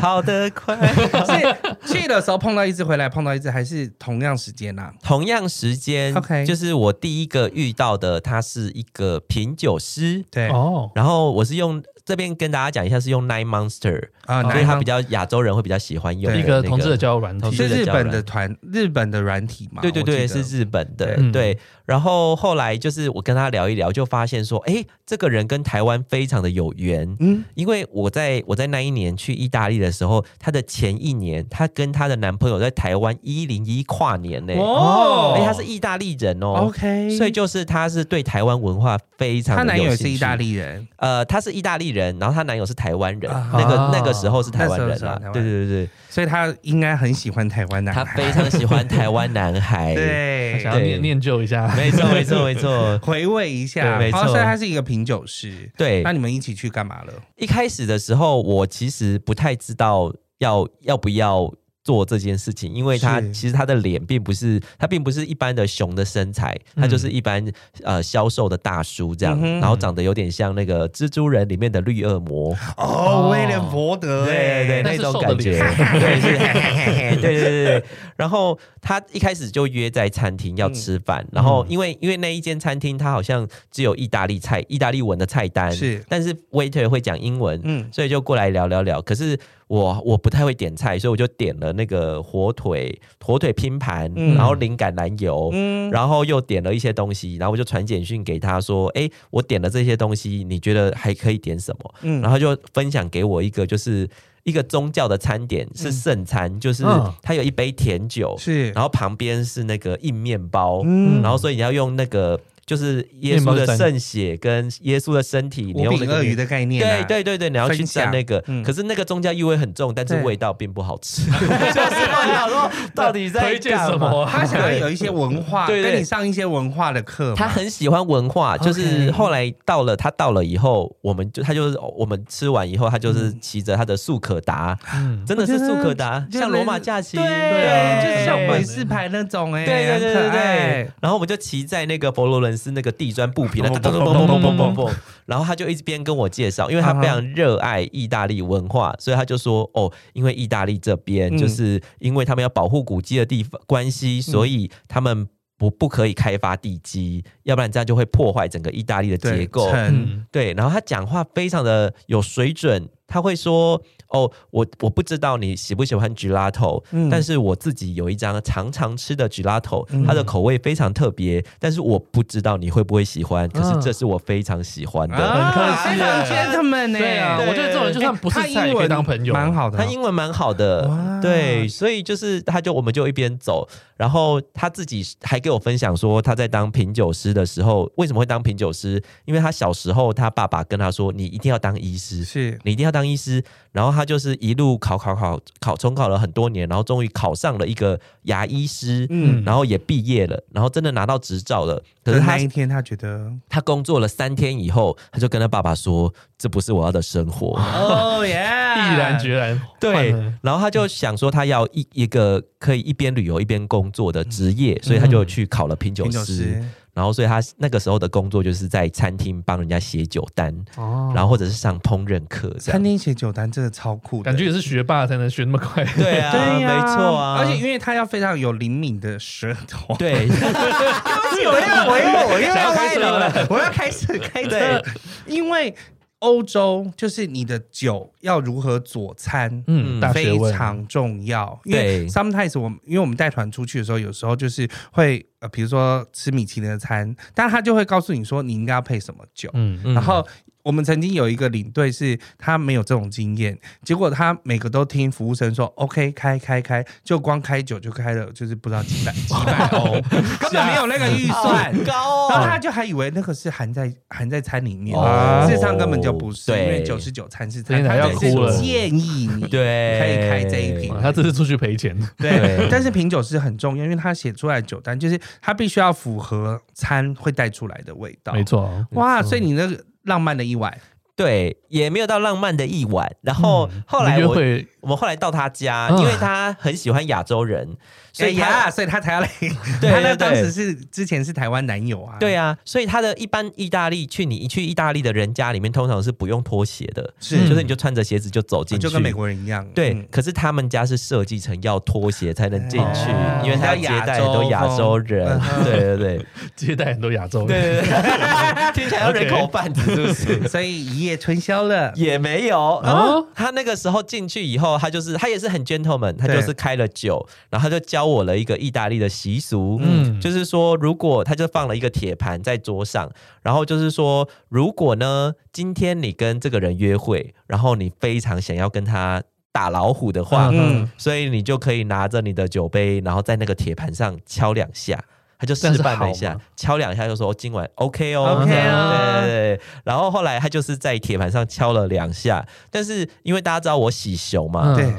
S1: 跑得快。
S3: 是去的时候碰到一只，回来碰到一只，还是同样时间啊呐、
S1: 同样时间
S3: OK
S1: 就是我第一个遇到的，他是一个品酒师，
S3: 对啊，
S4: 哦，
S1: 然后我是用这边跟大家讲一下，是用 Nine Monster，所
S3: 男
S1: 以
S3: 啊方
S1: 他比较亚洲人会比较喜欢用
S3: 对
S4: 一
S1: 的
S4: 个同志的交友软
S1: 同
S4: 体
S1: 志，
S3: 是
S1: 的
S3: 日
S1: 叫
S3: 本的
S1: 软
S3: 团，日本的软体嘛？
S1: 对对
S3: 我记
S1: 对，
S3: 得
S1: 是日本的
S4: 对
S1: 对。然后后来就是我跟他聊一聊，就发现说，哎、这个人跟台湾非常的有缘。
S3: 嗯，
S1: 因为我在我在那一年去意大利的时候，她的前一年，她跟她的男朋友在台湾一零一跨年呢、
S3: 哦
S1: 哎、他是意大利人哦。
S3: OK，
S1: 所以就是她是对台湾文化非常
S3: 哎她
S1: 的
S3: 男友也是
S1: 兴趣
S3: 意大，利人，
S1: 呃，她是意大利人，然后她男友是台湾人，
S3: 啊
S1: 那个那个时候是台湾
S3: 那
S1: 人
S3: 时候
S1: 啊
S3: 是台，湾
S1: 对对对对，
S3: 所以她应该很喜欢台湾男
S1: 她
S3: 孩。
S1: 非常喜欢台湾男 孩，
S3: 对，
S4: 想要
S1: 对
S4: 念念旧一下。
S1: 没错没错没错，
S3: 回味一下，
S1: 对没
S3: 哦
S1: 错
S3: 所以他是一个品酒师。
S1: 对
S3: 那，你们一起去干嘛了？
S1: 一开始的时候，我其实不太知道要要不要做这件事情，因为他
S3: 是
S1: 其实他的脸并不是他并不是一般的熊的身材，他就是一般、呃消瘦的大叔这样，
S3: 嗯哼
S1: 然后长得有点像那个蜘蛛人里面的绿恶魔，
S3: 哦，威廉伯德，哎
S1: 对对对，
S4: 但
S1: 那
S4: 是
S1: 种
S4: 瘦的
S1: 感觉，
S4: 脸
S1: 对是， 对对对对。然后他一开始就约在餐厅要吃饭，然后因为因为那一间餐厅它好像只有意大利菜、意大利文的菜单，
S3: 是
S1: 但是 waiter 会讲英文，
S3: 嗯，
S1: 所以就过来聊聊聊。可是我我不太会点菜，所以我就点了那个火腿火腿拼盘，
S3: 嗯
S1: 然后灵感蓝油，
S3: 嗯
S1: 然后又点了一些东西，然后我就传简讯给他说：“哎，我点了这些东西，你觉得还可以点什么？”
S3: 嗯
S1: 然后就分享给我一个就是一个宗教的餐点是圣餐，就是
S4: 嗯
S1: 它有一杯甜酒，
S3: 是，
S1: 然后旁边是那个硬面包，
S3: 嗯
S1: 然后所以你要用那个。就是耶稣的圣血跟耶稣的身体，你
S3: 五
S1: 用那
S3: 饼
S1: 个
S3: 鳄鱼的概念啊，
S1: 对对对对，你要去
S3: 分
S1: 蘸
S3: 享
S1: 那个，
S3: 嗯
S1: 可是那个宗教意味很重，但是
S3: 对
S1: 味道并不好 吃。就是我想说，到底在
S4: 推荐
S1: 干
S4: 什
S1: 嘛
S4: 么？啊？
S3: 他想要有一些文化，
S1: 对对
S3: 跟你上一些文化的课嘛。
S1: 他很喜欢文化，
S3: OK
S1: 就是后来到了他到了以后，我们就他就是我们吃完以后，他就是
S3: 嗯
S1: 骑着他的速可达，
S4: 嗯，
S1: 真的是速可达，
S3: 就
S1: 像罗马假期，
S3: 对，
S4: 啊
S3: 就是像
S4: 浪漫
S3: 美
S4: 的
S3: 式牌那种哎，
S1: 对对对
S3: 很
S1: 对
S3: 可
S1: 对
S3: 爱，，
S1: 然后我们就骑在那个佛罗伦斯那个地砖布匹，
S3: 嘣嘣
S1: 嘣嘣嘣嘣嘣嘣嘣嘣，然后他就一直边跟我介绍，因为
S3: 啊
S1: 他非常热爱意大利文化，所以他就说哦，因为意大利这边
S3: 嗯
S1: 就是因为他们要保护古迹的地方关系，所以他们不不可以开发地基，要不然这样就会破坏整个意大利的
S3: 对
S1: 结构。
S3: 城
S4: 嗯
S1: 对，然后他讲话非常的有水准，他会说：“哦，我我不知道你喜不喜欢 gelato，、
S3: 嗯
S1: 但是我自己有一张常常吃的 gelato，、
S3: 嗯
S1: 它的口味非常特别，但是我不知道你会不会喜欢，可是这是我非常喜欢的。
S3: 啊
S4: 嗯很客气
S3: 非
S4: 耶
S3: 常 gentleman 呢。
S4: 对啊，我觉得这种人就算不是
S3: 他
S4: 菜，
S3: 英
S4: 也可以
S3: 文
S4: 当朋友，
S3: 蛮。好的
S1: 他
S3: 啊。
S1: 英文蛮好的
S3: 哇，
S1: 对，所以就是他就我们就一边走，然后他自己还给我分享说他在当品酒师的时候为什么会当品酒师，因为他小时候他爸爸跟他说你一定要当医师，
S3: 是
S1: 你一定要当医师。然后他就是一路考考考考，重考了很多年，然后终于考上了一个牙医师，
S3: 嗯
S1: 然后也毕业了，然后真的拿到执照了。
S3: 可
S1: 可是
S3: 是
S1: 他
S3: 那一天他觉得，
S1: 他工作了三天以后，他就跟他爸爸说：“这不是我要的生活。
S3: 哦耶，
S4: 毅然决然换了，
S1: 对，然后他就想说他要一一个可以一边旅游一边工作的职业，所以他就去考了品
S3: 嗯
S1: 酒
S3: 品酒
S1: 师。
S3: 师，
S1: 然后，所以他那个时候的工作就是在餐厅帮人家写酒单，
S4: 哦，
S1: 然后或者是上烹饪课这样。
S3: 餐厅写酒单真的超酷的，
S4: 感觉也是学霸才能学那么快，
S1: 对啊，
S3: 对呀
S1: 没错啊，
S3: 而且因为他要非常有灵敏的舌头。
S1: 对，
S3: 对，我又我又我又
S1: 想要开车了，
S3: 我要开始开车
S1: 对，
S3: 因为欧洲就是你的酒要如何佐餐。
S4: 嗯，大学
S3: 非
S4: 问，
S3: 常重要，因为
S1: 对
S3: sometimes 我们因为我们带团出去的时候，有时候就是会呃，比如说吃米其林的餐，但他就会告诉你说你应该要配什么酒，
S4: 嗯，
S1: 嗯
S3: 然后我们曾经有一个领队是他没有这种经验，结果他每个都听服务生说 OK 开开开，就光开酒就开了，就是不知道几百 几百欧，根本没有那个预
S1: 啊
S3: 算。
S4: 哦
S1: 高
S3: 然后他就还以为那个是含在含在餐里面，
S1: 哦
S3: 事实上根本就不是，因
S1: 对
S3: 为九十九餐是餐，
S4: 天哪
S3: 他
S4: 要
S3: 只是
S4: 哭了
S3: 建议你
S1: 对
S3: 可以开这一瓶
S4: 哇嗯他这是出去赔钱，
S1: 对
S3: 对，但是品酒是很重要，因为他写出来的酒单就是他必须要符合餐会带出来的味道。
S4: 没，错，
S3: 哇，所以你那个浪漫的一晚，
S1: 对，也没有到浪漫的一晚。然后后来
S4: 约
S1: 我
S4: 嗯会
S1: 我们后来到他家，
S4: 嗯
S1: 因为他很喜欢亚洲人，所
S3: 所
S1: 以
S3: 以
S1: 他
S3: 哎呀，所以他才要来。
S1: 哎 对
S3: 他
S1: 对
S3: 那当
S1: 对
S3: 时是之前是台湾男友啊。
S1: 对啊，所以他的一般意大利去你一去意大利的人家里面，通常是不用拖鞋的，
S3: 是啊
S1: 就是你就穿着鞋子就走进去，
S3: 就跟美国人一样。
S1: 对，
S3: 嗯
S1: 可是他们家是设计成要拖鞋才能进去，
S4: 哦
S1: 因为他接待的都亚洲
S3: 比
S1: 人
S3: 较亚洲，风
S1: 对对对，
S4: 接待很多亚洲人，
S1: 对对对，听起来要人口贩子是不是？
S3: 所以一夜春宵了。
S1: 也没
S3: 哦
S1: 有
S4: 啊
S1: 他那个时候进去以后，他就是他也是很 gentleman，他
S3: 对
S1: 就是开了酒，然后他就教我了一个意大利的习俗，
S4: 嗯
S1: 就是说如果他就放了一个铁盘在桌上，然后就是说如果呢今天你跟这个人约会，然后你非常想要跟他打老虎的话，
S3: 嗯，
S1: 所以你就可以拿着你的酒杯，然后在那个铁盘上敲两下。他就示范了一
S4: 这样是好
S1: 下
S4: 吗，
S1: 敲两下就说哦今晚 OK 哦
S3: OK
S1: 对
S4: 啊
S3: 哦
S1: 对对。然后后来他就是在铁盘上敲了两下，但是因为大家知道我喜熊嘛，
S4: 嗯
S3: 对，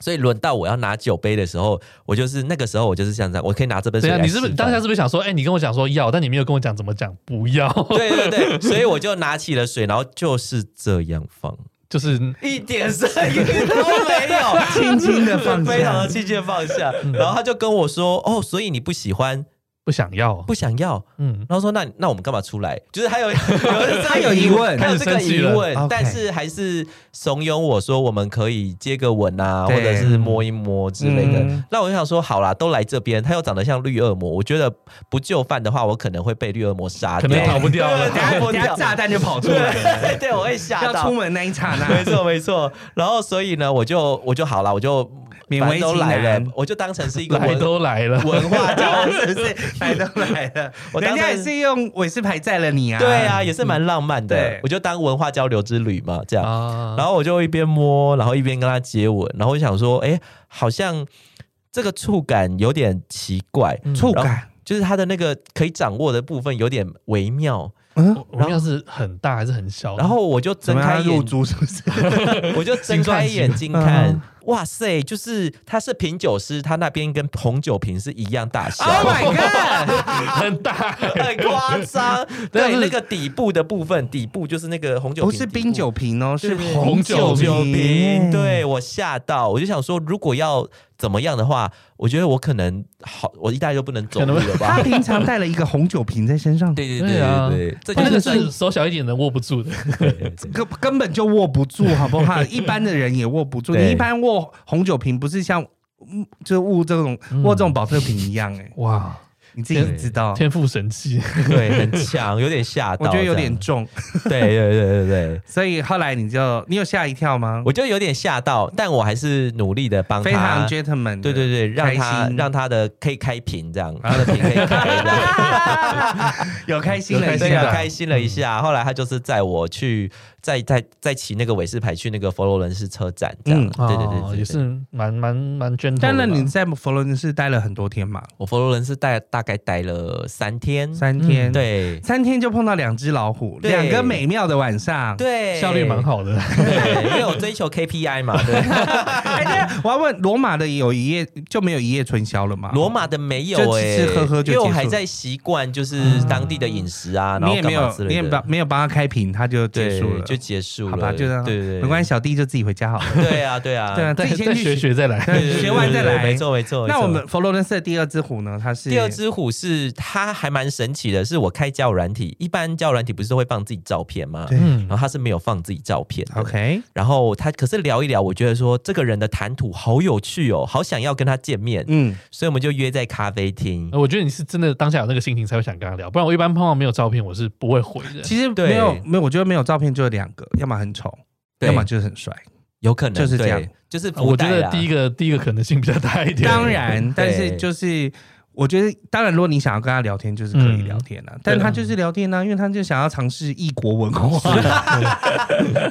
S1: 所以轮到我要拿酒杯的时候，我就是那个时候我就是像这样，我可以拿这杯水
S4: 等一
S1: 来
S4: 下，啊你是
S1: 示范。
S4: 不是你当下是不是想说，哎，你跟我讲说要，但你没有跟我讲怎么讲不要，
S1: 对对对，所以我就拿起了水，然后就是这样放，
S4: 就是
S1: 一点声音都没有，
S3: 轻轻的放
S1: 非常
S3: 下嗯
S1: 的。轻轻地放下。然后他就跟我说：“哦，所以你不喜欢，
S4: 不想要，
S1: 不想要。”
S4: 嗯，
S1: 然后说那那我们干嘛出来？就是还有有这个
S3: 他有疑问
S1: 他有这个
S4: 开始生气
S1: 疑
S4: 了
S1: 问
S3: OK，
S1: 但是还是怂恿我说我们可以接个吻啊，或
S3: 对
S1: 者是摸一摸之类的。
S3: 嗯
S1: 那我就想说，好啦，都来这边，他又长得像绿恶魔，我觉得不就范的话，我可能会被绿恶魔杀
S4: 可
S1: 掉，
S4: 能逃不掉了
S1: 对逃不
S3: 等下
S1: 掉，
S3: 炸弹就跑出来了，
S1: 对对，我会吓
S3: 要出
S1: 到。
S3: 门那一刹
S1: 没
S3: 那，
S1: 错没错，然后所以呢，我就我就好了，我就
S3: 勉为
S1: 反正都
S3: 其
S1: 来了
S3: 难，
S1: 我就当成是一个
S4: 来
S1: 文
S4: 都来了，
S1: 文化交 流
S3: 是不是？来都来了，
S1: 我当
S3: 人家
S1: 成
S3: 也是用韦斯牌载了你啊。
S1: 对啊，，也是蛮浪漫的
S3: 对。哦
S1: 我就当文化交流之旅嘛，这样。
S4: 啊
S1: 然后我就一边摸，然后一边跟他接吻，然后我就想说，哎，好像这个触感有点奇怪，
S3: 触
S1: 然
S3: 感，
S1: 就是他的那个可以掌握的部分有点微妙。
S3: 嗯，
S4: 我们要是很大还是很小？
S3: 哦
S1: 然后我就睁开
S3: 入
S1: 眼，
S3: 珠是不是？
S1: 我就睁开眼睛
S3: 看习惯
S1: 看，哇塞，就是他是品酒师，他那边跟红酒瓶是一样大小。
S3: Oh my god！
S4: 很大，
S1: 很夸张，
S4: 但
S1: 对
S4: 是
S1: 那个底部的部分，底部就是那个红 酒
S3: 不
S1: 瓶，
S3: 是
S1: 底部
S3: 冰酒瓶哦，是
S1: 对对
S3: 红酒
S1: 酒
S3: 瓶。
S1: 瓶，，对我吓到，我就想说，如果要怎么样的话，我觉得我可能好，我一大就不能走
S4: 可能
S1: 路
S4: 会
S1: 了吧
S3: 他？平常带了一个红酒瓶在身上，
S1: 对 对
S4: 对啊
S1: 对，这就
S4: 那个
S1: 是
S4: 是手小一点的握不住的，
S3: 根根本就握不住，好不好？一般的人也握不住。
S1: 对
S3: 你一般握红酒瓶，不是像嗯就握这种
S4: 嗯
S3: 握这种保特瓶一样？哎，
S4: 哇，
S3: 你自己知道。
S4: 天赋神器，
S1: 对很强，有点吓到，
S3: 我觉得有
S1: 这样
S3: 点重，
S1: 对对对对对，
S3: 所以后来你就你有吓一跳吗？
S1: 我就有点吓到，但我还是努力的帮
S3: 非常
S1: 他。
S3: gentleman 的。
S1: 对对对，让
S3: 开
S1: 他
S3: 心
S1: 让他的可以开屏这样，他的屏可以开这样。
S3: 有开心了
S4: 有
S3: 一
S4: 开
S1: 对
S4: 心
S1: 啊，
S4: 了
S3: 下，嗯
S1: 开心了一下。后来他就是载我去，再再再骑那个韦斯牌去那个佛罗伦斯车站，这样。
S3: 嗯
S1: 对对对
S4: 哦
S1: 对对，
S4: 也是蛮蛮蛮 gentle 的吧。
S3: 当然你在佛罗伦斯待了很多天嘛，
S1: 我佛罗伦斯待大概待了三天，
S3: 三天，，
S1: 对
S3: 三天就碰到两只老虎，
S1: 对
S3: 两个美妙的晚上。，
S1: 对，
S4: 效率蛮，好的，
S1: 对，因为我追求 KPI 嘛。 对，
S3: 哎，对我要问，罗马的有一夜就没有一夜春宵了吗？
S1: 罗马的没有
S3: 就
S1: 哎、
S3: 吃吃喝喝就
S1: 因为我
S3: 结束
S1: 还
S3: 了
S1: 在习惯就是当地的饮食啊，然
S3: 你
S1: 后
S3: 也
S1: 干
S3: 没
S1: 嘛
S3: 有
S1: 之，
S3: 你
S1: 类
S3: 也
S1: 的
S3: 帮。没有帮他开屏，他就结
S1: 对
S3: 束了，，
S1: 就结束了，
S3: 好吧，就这样，
S1: 对对，
S3: 没关系，小弟就自己回家好了。
S1: 系，对啊， 对 啊，
S3: 对啊，自
S4: 再
S3: 己
S4: 再
S3: 先
S4: 学
S3: 去。
S4: 学再来。
S1: 对，对
S3: 对，学完再
S1: 对对
S3: 来。
S1: 没错没错。
S3: 那
S1: 没错
S3: 我们佛罗伦斯的第二只虎呢？它是
S1: 第二只虎是它还蛮神奇的，是我开交友软体，一般交友软体不是都会放自己照片吗？
S3: 对
S4: 嗯
S1: 然后他是没有放自己照片的
S3: ，OK，
S1: 然后他可是聊一聊，我觉得说这个人的谈吐好有趣哦，好想要跟他见面，
S3: 嗯，
S1: 所以我们就约在咖啡厅。
S4: 呃我觉得你是真的当下有那个心情才会想跟他聊，不然我一般碰到没有照片我是不会回的。
S3: 其实
S1: 对
S3: 没有没有，我觉得没有照片就有两个，要么很丑，
S1: 对
S3: 要么就是很帅。
S1: 有可能
S3: 就是这样
S1: 对就是
S4: 呃我
S1: 福
S4: 觉
S1: 袋
S4: 得
S1: 啦
S4: 第一个第一个可能性比较大一点。
S3: 当然，但
S1: 对
S3: 是就是我觉得，当然，如果你想要跟他聊天，就是可以聊天
S1: 嗯
S3: 啊。但他就是聊天呢、因为他就想要尝试异国文 化。
S1: 啊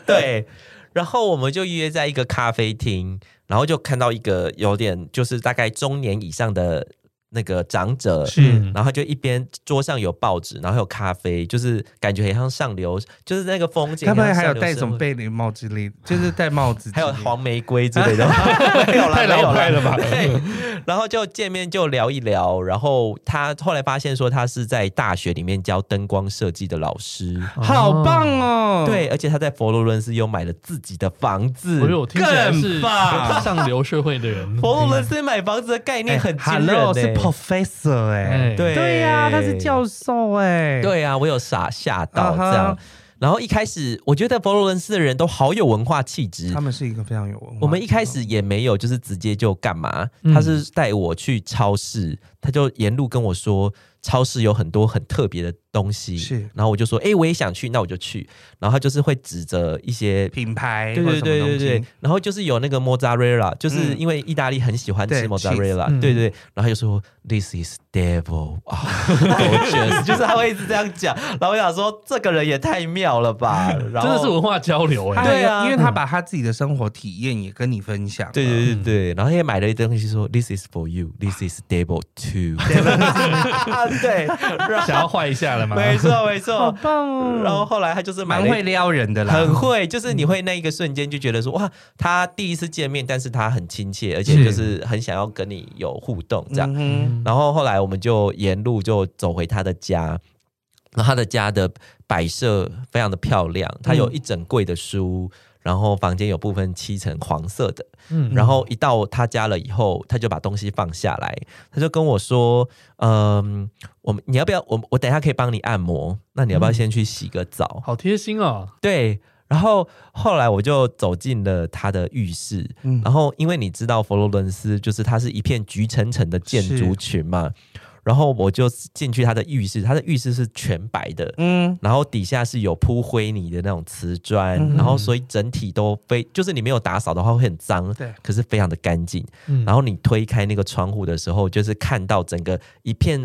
S1: 对，然后我们就约在一个咖啡厅，然后就看到一个有点就是大概中年以上的那个长者，
S4: 是
S1: 然后就一边桌上有报纸，然后有咖啡，就是感觉很像上流，就是那个风 景
S3: 他
S1: 很像上流社会，
S3: 们还有戴什么贝雷帽之类的，就是戴帽子之
S1: 还
S3: 类
S1: 有
S3: 的，
S1: 黄玫瑰之 类的，没有啦
S4: 太老派了吧
S1: 没有啦 对，然后就见面就聊一聊，然后他后来发现说他是在大学里面教灯光设计的老师，
S3: 好棒哦！
S1: 对，，而且他在佛罗伦斯又买了自己的房子
S4: 我
S3: 哦
S4: 觉。得我听起来是
S3: 更棒
S4: 上流社会的人。
S1: 佛罗伦斯买房子的概
S3: 哎
S1: 念很惊人、欸
S3: Hello 是 Professor 哎、
S4: 哎
S1: 对
S3: 对呀、他是教授哎、，
S1: 对啊，我有傻吓到
S3: 啊哈
S1: 这样。然后一开始我觉得佛罗伦斯的人都好有文化气质
S3: 他，们是一个非常有文化。
S1: 我们一开始也没有，就是直接就干嘛？
S4: 嗯
S1: 他是带我去超市，他就沿路跟我说：“超市有很多很特别的东西，
S3: 是
S1: 然后我就说，哎、我也想去，那我就去。然后他就是会指着一些。
S3: 品牌
S1: 对
S3: 或者什
S1: 对
S3: 么东
S1: 对对
S3: 西，啊
S1: 对，然后就是有那个 mozzarella，就
S3: 嗯
S1: 是因为意大利很喜欢吃
S3: 对
S4: cheese，
S1: mozzarella，
S4: 嗯
S1: 对对对，然后他就说 This is devil，啊 gorgeous，就是他会一直这样讲，然后我想说这个人也太妙了吧，然后
S4: 真的是文化交流
S3: 他
S4: 哎、
S3: 还
S1: 对啊
S3: 因为他把他自己的生活体验也跟你分享了，
S1: 对对对对，然后也买了一堆东西说 This is for you, This is table two。对，然后
S4: 想要换一下了吗？
S1: 没错没
S3: 好
S1: 错。
S3: 棒哦，
S1: 然后后来他就是买
S3: 蛮
S1: 了
S3: 会
S1: 一。
S3: 撩人的啦，
S1: 很会，就是你会那一个瞬间就觉得说，哇，他第一次见面，但是他很亲切，而且就是很想要跟你有互动这样。
S3: 嗯
S1: 然后后来我们就沿路就走回他的家，然后他的家的摆设非常的漂亮，他有一整柜的书，然后房间有部分漆成黄色的，
S4: 嗯
S1: 然后一到他家了以后，他就把东西放下来，他就跟我说：“嗯，我们你要不要？我我等一下可以帮你按摩，那你要不要先去洗个澡？”
S4: 好贴心哦，
S3: 嗯
S1: 对。然后后来我就走进了他的浴室，
S3: 嗯
S1: 然后因为你知道佛罗伦斯就是它是一片橘橙橙的建筑群嘛，然后我就进去他的浴室，他的浴室是全白的，
S3: 嗯
S1: 然后底下是有铺灰泥的那种瓷砖，
S3: 嗯
S1: 然后所以整体都非就是你没有打扫的话会很脏，
S3: 对，
S1: 可是非常的干净。
S4: 嗯
S1: 然后你推开那个窗户的时候，就是看到整个一片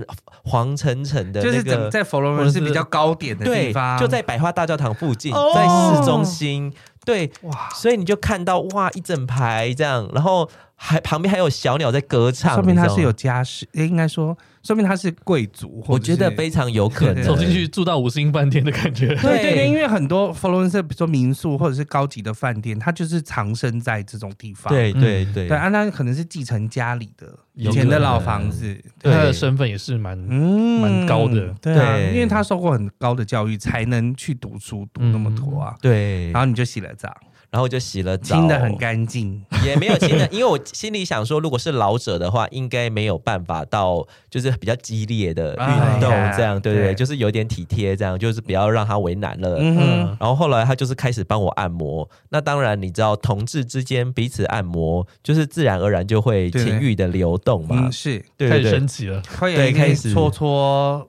S1: 黄橙橙的
S3: 就
S1: 那
S3: 是
S1: 个
S3: 整，在佛罗伦斯比较高点的地
S1: 对
S3: 方，，
S1: 就在百花大教堂附近，
S3: 哦
S1: 在市中心，对，
S3: 哇，
S1: 所以你就看到哇一整排这样，然后还旁边还有小鸟在歌唱，
S3: 说明他
S1: 你知道吗
S3: 是有家世，诶应该说说明他是贵族，或
S1: 我
S3: 者是
S1: 觉得非常有可能
S3: 对
S4: 走进去住到五星饭店的感觉，
S3: 对对
S1: 对
S3: 对，因为很多佛罗伦斯，比如说民宿或者是高级的饭店，它就是藏身在这种地方，
S1: 对对
S4: 嗯
S1: 对
S3: 对，啊，那可能是继承家里的以
S1: 有
S3: 前
S1: 可
S3: 的老
S1: 能
S3: 房子，
S4: 他
S1: 对
S4: 的身份也是蛮
S3: 嗯，
S4: 蛮高的
S3: 对啊，
S1: 对
S3: 因为他受过很高的教育，才能去读书读那么多啊。
S1: 嗯对，
S3: 然后你就洗了澡，
S1: 然后我就洗了澡，
S3: 清的很干净，
S1: 也没有新的，因为我心里想说，如果是老者的话，应该没有办法到就是比较激烈的运动
S3: 哎呀
S1: 这样，啊对不对？
S3: 对
S1: 就是有点体贴这样，就是不要让他为难了。
S3: 嗯
S4: 呃
S3: 哼，
S1: 然后后来他就是开始帮我按摩，那当然你知道同志之间彼此按摩，就是自然而然就会
S3: 对
S1: 情欲的流动嘛
S3: 嗯，是，
S1: 对
S4: 开
S1: 对
S4: 始
S1: 对
S4: 升级了，
S3: 会有
S1: 对
S3: 一
S1: 开
S3: 点
S1: 始嗯
S3: 搓搓、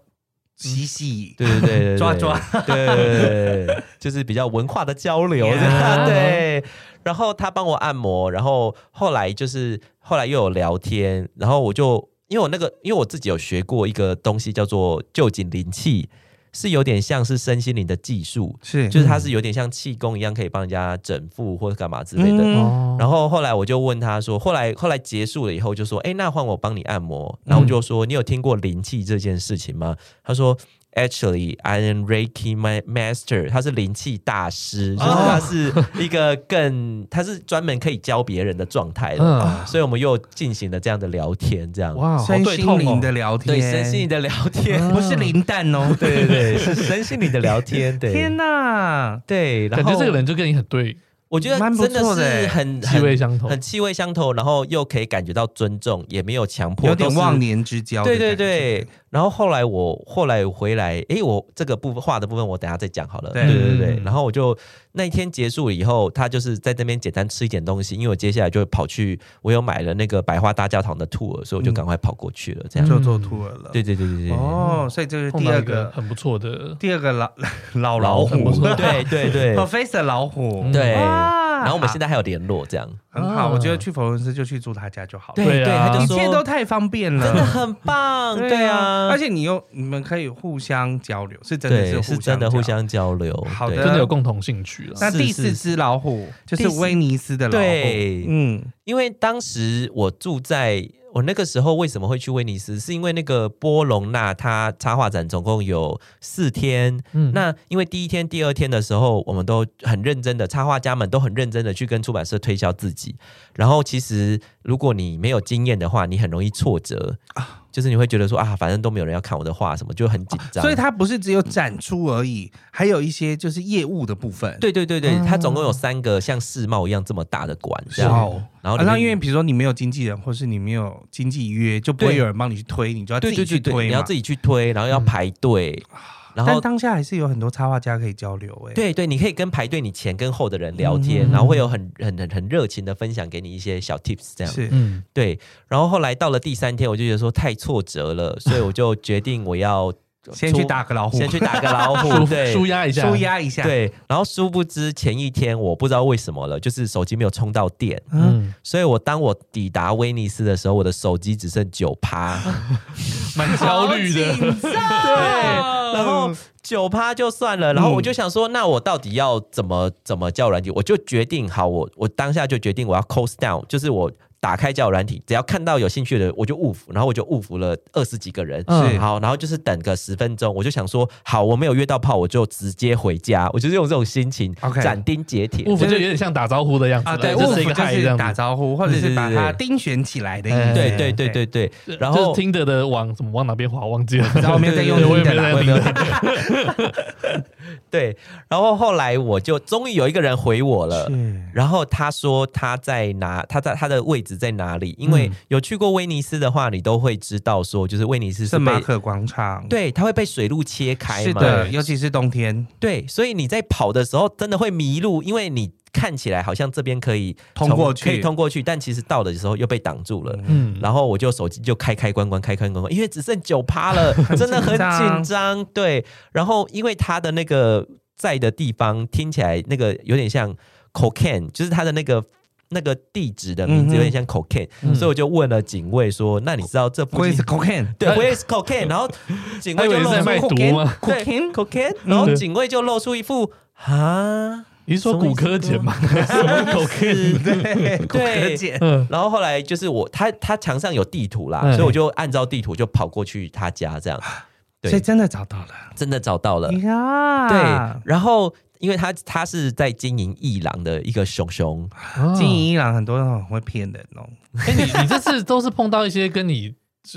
S3: 洗洗，
S1: 对对对对，
S3: 抓抓，
S1: 对对对对对，就是比较文化的交流
S3: Yeah
S1: 对。然后他帮我按摩，然后后来就是后来又有聊天，然后我就因为我那个因为我自己有学过一个东西叫做旧景灵气，是有点像是身心灵的技术，
S3: 是，
S1: 就是它是有点像气功一样，可以帮人家整腹或者干嘛之类的。
S3: 嗯
S4: 哦
S1: 然后后来我就问他说，后来后来结束了以后就说，哎，那换我帮你按摩。然后我就说，你有听过灵气这件事情吗？他说，Actually, I am Reiki my master。他是灵气大师，
S4: 哦
S1: 就是他是一个更， 他是专门可以教别人的状态的。
S3: 啊
S4: 嗯，
S1: 所以我们又进行了这样的聊天，这样
S4: 哇，嗯好
S3: 身
S4: 对
S3: 心
S4: 痛
S3: 灵的
S4: 哦，
S3: 聊天，嗯
S1: 对身心灵的聊天，
S3: 不是零蛋哦，对对
S1: 对，是身心灵的聊天， 对，
S3: 天哪，
S1: 对，然
S4: 感
S1: 后
S4: 觉这个人就跟你很对，
S1: 我觉得
S3: 蛮不
S1: 真
S3: 错的欸
S1: 是很
S4: 气
S1: 很
S4: 味相投，
S1: 很气味相投，然后又可以感觉到尊重，也没有强迫，
S3: 有点
S1: 都是
S3: 忘。年之交，
S1: 对对对，，然后后来我后来回来，诶，我这个部分画的部分我等下再讲好了。
S3: 对
S1: 对对对
S4: 嗯
S1: 然后我就那一天结束以后，他就是在这边简单吃一点东西，因为我接下来就跑去，我有买了那个百花大教堂的 tour，所以我就赶快跑过去了。这样，
S3: 就做兔儿了，
S1: 嗯对对对对对，
S3: 嗯哦，所以这是
S4: 碰
S3: 第
S4: 到
S3: 二
S4: 一个
S3: 个呃
S4: 很不错的，
S3: 第二个老 老
S1: 老
S3: 老
S1: 虎
S3: 虎，
S1: 对对对
S3: 哦
S1: 嗯
S3: ，Professor 老虎，
S1: 对。
S3: 哇啊
S1: 然后我们现在还有联络，这样，
S3: 很好，
S4: 啊
S3: 我觉得去佛罗伦斯就去住他家就好了，
S4: 对
S1: 对，
S4: 啊
S1: 他就
S3: 一
S1: 说
S3: 切都太方便了，
S1: 真的很棒，对啊，
S3: 而且你又你们可以互相交流，是真的
S1: 对，
S3: 互
S1: 是
S3: 相
S1: 真的互
S3: 交流。
S1: 相交流，
S3: 好
S1: 对
S4: 真的有共同兴趣了，
S3: 那
S1: 是
S3: 第
S1: 是
S3: 四只老虎就是威尼斯的老虎，
S1: 对
S3: 嗯，
S1: 因为当时我住在我那个时候为什么会去威尼斯，是因为那个波隆纳它插画展总共有四天。
S4: 嗯
S1: 那因为第一天、第二天的时候，我们都很认真的，插画家们都很认真的去跟出版社推销自己。然后其实如果你没有经验的话，你很容易挫折就是你会觉得说啊，反正都没有人要看我的画，什么就很紧张。
S3: 啊所以它不是只有展出而已，还有一些就是业务的部分。
S1: 对对对对，它总共有三个像世贸一样这么大的馆，这
S4: 哇
S1: 样。
S4: 哦，
S1: 然后
S3: 啊，
S1: 里面
S3: 那因为比如说你没有经纪人，或是你没有经纪约，就不会啊
S1: 对
S3: 有人帮你去推，你就要自
S1: 对
S3: 己
S1: 对
S3: 去
S1: 对对，
S3: 推
S1: 你要
S3: 嘛嗯
S1: 自。己去推，然后要排队，然
S3: 但
S1: 后
S3: 当下还是有很多插画家可以交流、哎，，
S1: 对对，你可以跟排队你前跟后的人聊天，
S4: 嗯
S1: 然后会有很很很很热情的分享给你一些小 tips 这样。
S3: 是，
S4: 嗯，
S1: 对，然后后来到了第三天，我就觉得说太挫折 了，所以我就决定我要
S4: 嗯
S3: 先去
S1: 出
S3: 打个老虎，
S1: 先去打个老虎，
S4: 舒
S1: 对
S4: 舒压一下，
S3: 舒，压一下，，
S1: 对。然后殊不知前一天我不知道为什么了，就是手机没有充到电，
S3: 嗯，
S4: 嗯，
S1: 所以我当我抵达威尼斯的时候，我的手机只剩九趴，
S4: 蛮焦虑的
S3: 好，紧张
S1: 对然后九趴就算了，
S4: 嗯
S1: 然后我就想说，那我到底要怎么怎么叫软体？我就决定好，我我当下就决定我要 close down，就是我打开叫软体，只要看到有兴趣的我就误服，然后我就误服了二十几个人，
S3: 嗯
S1: 好，然后就是等个十分钟，我就想说，好，我没有约到炮，我就直接回家，我就是用这种心情
S3: OK
S1: 斩钉截铁。
S4: 误服
S3: 就是
S4: 就有点像打招呼的样
S3: 嗯
S4: 子
S3: 啊，
S4: 了，
S3: 对，
S4: 就是一
S3: 我
S4: 个嗨
S3: 就
S4: 这
S3: 是
S4: 样
S3: 打
S4: 子，
S3: 招呼，或者是把
S1: 对对
S3: 它
S1: 对
S3: 盯选起来的意思，
S4: 哎
S1: 对对对对对，然后
S4: 听着的往怎么往哪边滑忘记了，
S3: 然后面再用
S4: 对我
S3: 你
S4: 也
S3: 的
S4: 没
S3: 啦
S4: 在，
S1: 我也
S4: 听
S1: 没有对，然后后来我就终于有一个人回我了，
S4: 嗯
S3: 是
S1: 然后他说他在哪，他在他的位置在哪里？因
S3: 嗯
S1: 为有去过威尼斯的话，你都会知道说，就是威尼斯是
S3: 圣马
S1: 被
S3: 可广场，，
S1: 对，它会被水路切开
S3: 是
S1: 嘛，
S3: 的，尤其是冬天，
S1: 对，所以你在跑的时候真的会迷路，因为你看起来好像这边可以
S3: 通
S1: 从
S3: 过去
S1: 可以通过去，但其实到的时候又被挡住了。
S4: 嗯，
S1: 然后我就手机就开开关关开开关关，因为只剩九 趴了，真的很
S3: 紧张
S1: 紧张。对，然后因为他的那个在的地方听起来那个有点像 cocaine，就是他的那个那个地址的名
S3: 嗯
S1: 字
S3: 哼
S1: 有点像 cocaine，、所以我就问了警卫说：“那你知道这附
S3: 会
S1: 近
S3: 是 cocaine，
S1: 对 where is cocaine？” 然后警
S4: 他
S1: 卫
S4: 以
S1: 就
S4: 为是
S1: 露
S4: 在
S1: 出
S4: 卖毒啊吗？
S1: 对
S3: cocaine
S1: cocaine，然后
S4: 嗯
S1: 警卫就露出一副啊。
S4: 你是说骨科碱吗？什么口
S1: 是
S3: 对，骨科碱，
S4: 嗯，
S1: 然后后来就是我，他他墙上有地图啦，
S4: 嗯
S1: 所以我就按照地图就跑过去他家，这样
S3: 啊
S1: 对
S3: 所以真的找到了，
S1: 真的找到了。
S3: 呀啊
S1: 对，，然后因为他他是在经营艺廊的一个熊熊，
S4: 哦
S3: 经营伊朗很多人很会骗人哦，
S4: 哎，你你这次都是碰到一些跟你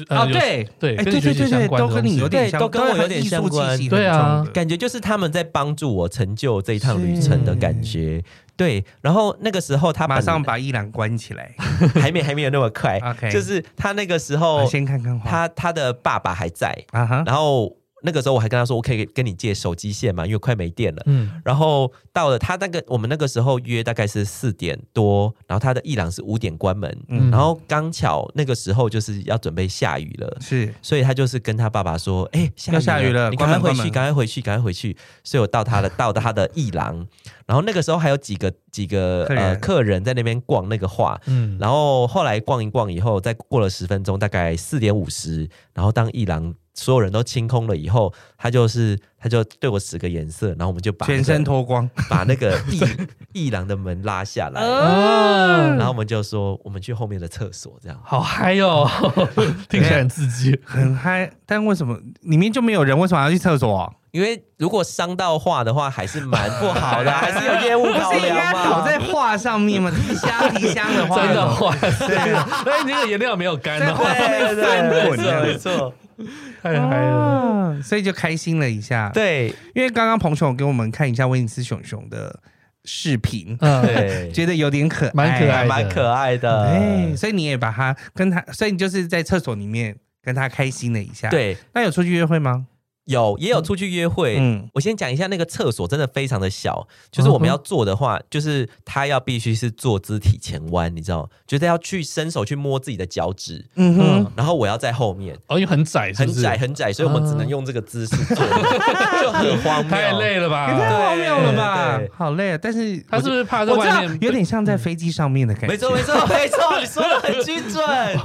S4: 呃
S3: 啊，
S4: 有
S3: 对，
S4: 对
S3: 哎
S4: 跟
S3: 对对
S4: 你学习
S3: 对
S4: 相
S3: 对，
S4: 关的
S3: 都跟你有
S4: 东西，
S3: 点
S1: 对
S3: 相，
S1: 都跟我
S3: 很
S1: 有点
S3: 艺术
S1: 相
S3: 气息
S1: 关
S3: 很
S4: 对啊
S3: 重的
S1: 感觉就是他们在帮助我成就这一趟旅程的感觉。对，然后那个时候他
S3: 马
S1: 本
S3: 上把伊朗关起来，
S1: 还没还没有那么 快
S3: OK
S1: 就是他那个时
S3: 啊
S1: 候
S3: 先看看花，
S1: 他他的爸爸还在，
S3: 啊哈，
S1: 然后那个时候我还跟他说我可以跟你借手机线嘛，因为快没电了。
S4: 嗯，
S1: 然后到了他那个我们那个时候约大概是四点多，然后他的伊朗是五点关门，
S3: 嗯
S1: 然后刚巧那个时候就是要准备下雨了。
S3: 是
S1: 所以他就是跟他爸爸说：“哎、下雨
S3: 嗯要下雨了
S1: 你赶
S3: 关
S1: 快
S3: 门
S1: 回
S3: 关
S1: 去，
S3: 门
S1: 赶快回去，赶快回去。”所以我到 他的到他的艺廊，然后那个时候还有几个几个
S3: 客人
S1: 呃客人在那边逛那个画，
S4: 嗯，
S1: 然后后来逛一逛以后，再过了十分钟，大概四点五十，然后当一郎所有人都清空了以后，他就是他就对我使个颜色，然后我们就把、那个
S3: 全身脱光，
S1: 把那个一一郎的门拉下 来，
S3: 嗯
S4: 哦
S1: 然后我们就说我们去后面的厕所这样。
S4: 好嗨哦， 听起来很刺 激。
S3: 很嗨，但为什么里面就没有人？为什么要去厕所？
S1: 因为如果伤到画的话，还是蛮不好 的，还是有业务
S3: 不
S1: 考
S3: 是应该
S1: 量
S3: 倒
S1: 嘛
S3: 在。画上面吗？提箱提箱的画，
S4: 真的
S3: 画，
S4: 坏死
S1: 啊
S4: 了！哎，你这个颜料没有干
S3: 在画
S4: 哦，
S3: 上面
S1: 对
S3: 翻
S1: 对，没
S3: 滚
S1: 错没
S3: 的，
S1: 错，
S4: 太嗨了。
S3: 啊所以就开心了一下。，
S1: 对
S3: 因为刚刚彭总给我们看一下威尼斯熊熊的视频，
S4: 嗯，
S1: 对，
S3: 觉得有点可爱，
S4: 蛮可爱
S1: 还蛮可爱的
S3: 对，。所以你也把它跟他，所以你就是在厕所里面跟他开心了一下。，
S1: 对，
S3: 那有出去约会吗？
S1: 有也有出去约会，
S3: 嗯，
S1: 我先讲一下那个厕所真的非常的小，就是我们要坐的话，就是他要必须是坐姿体前弯，你知道吗，就是要去伸手去摸自己的脚趾，
S3: 嗯哼，
S1: 然后我要在后面，
S4: 哦，因为很窄，是
S1: 很
S4: 不是
S1: 窄，很窄，所以我们只能用这个姿势坐，就很荒谬，
S4: 太累了
S3: 也太
S4: 吧？
S3: 荒谬了吧
S1: 对对！
S3: 好累啊，但是
S4: 他是不
S3: 我
S4: 是怕在
S3: 就我知道
S4: 外面
S3: 有点像在飞机上面的感觉，
S1: 没错，没错，没错，你说的很精准。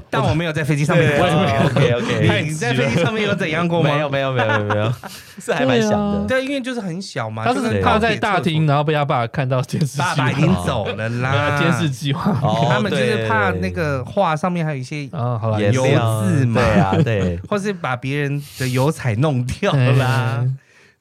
S3: 但我没有在飞机上面过。
S1: OK OK，
S4: 太
S3: 你在飞机上面有怎样过吗？
S1: 没有没有没有没有 没有，是还蛮想的。
S3: 对，因为就是啊很小嘛，
S4: 他
S3: 就是跟
S4: 怕
S3: 高铁
S4: 在大厅，
S3: 厕
S4: 然后被他爸看到监视器
S3: 所，爸爸已经走了 啦，
S4: 啊监视计 划。
S1: 哦
S3: 他们就是怕
S1: 对
S3: 那个画上面还有一些，
S4: 啊，好了，
S1: 颜
S3: 油
S1: 料
S3: 渍嘛
S1: 对啊，对，
S3: 或是把别人的油彩弄掉啦，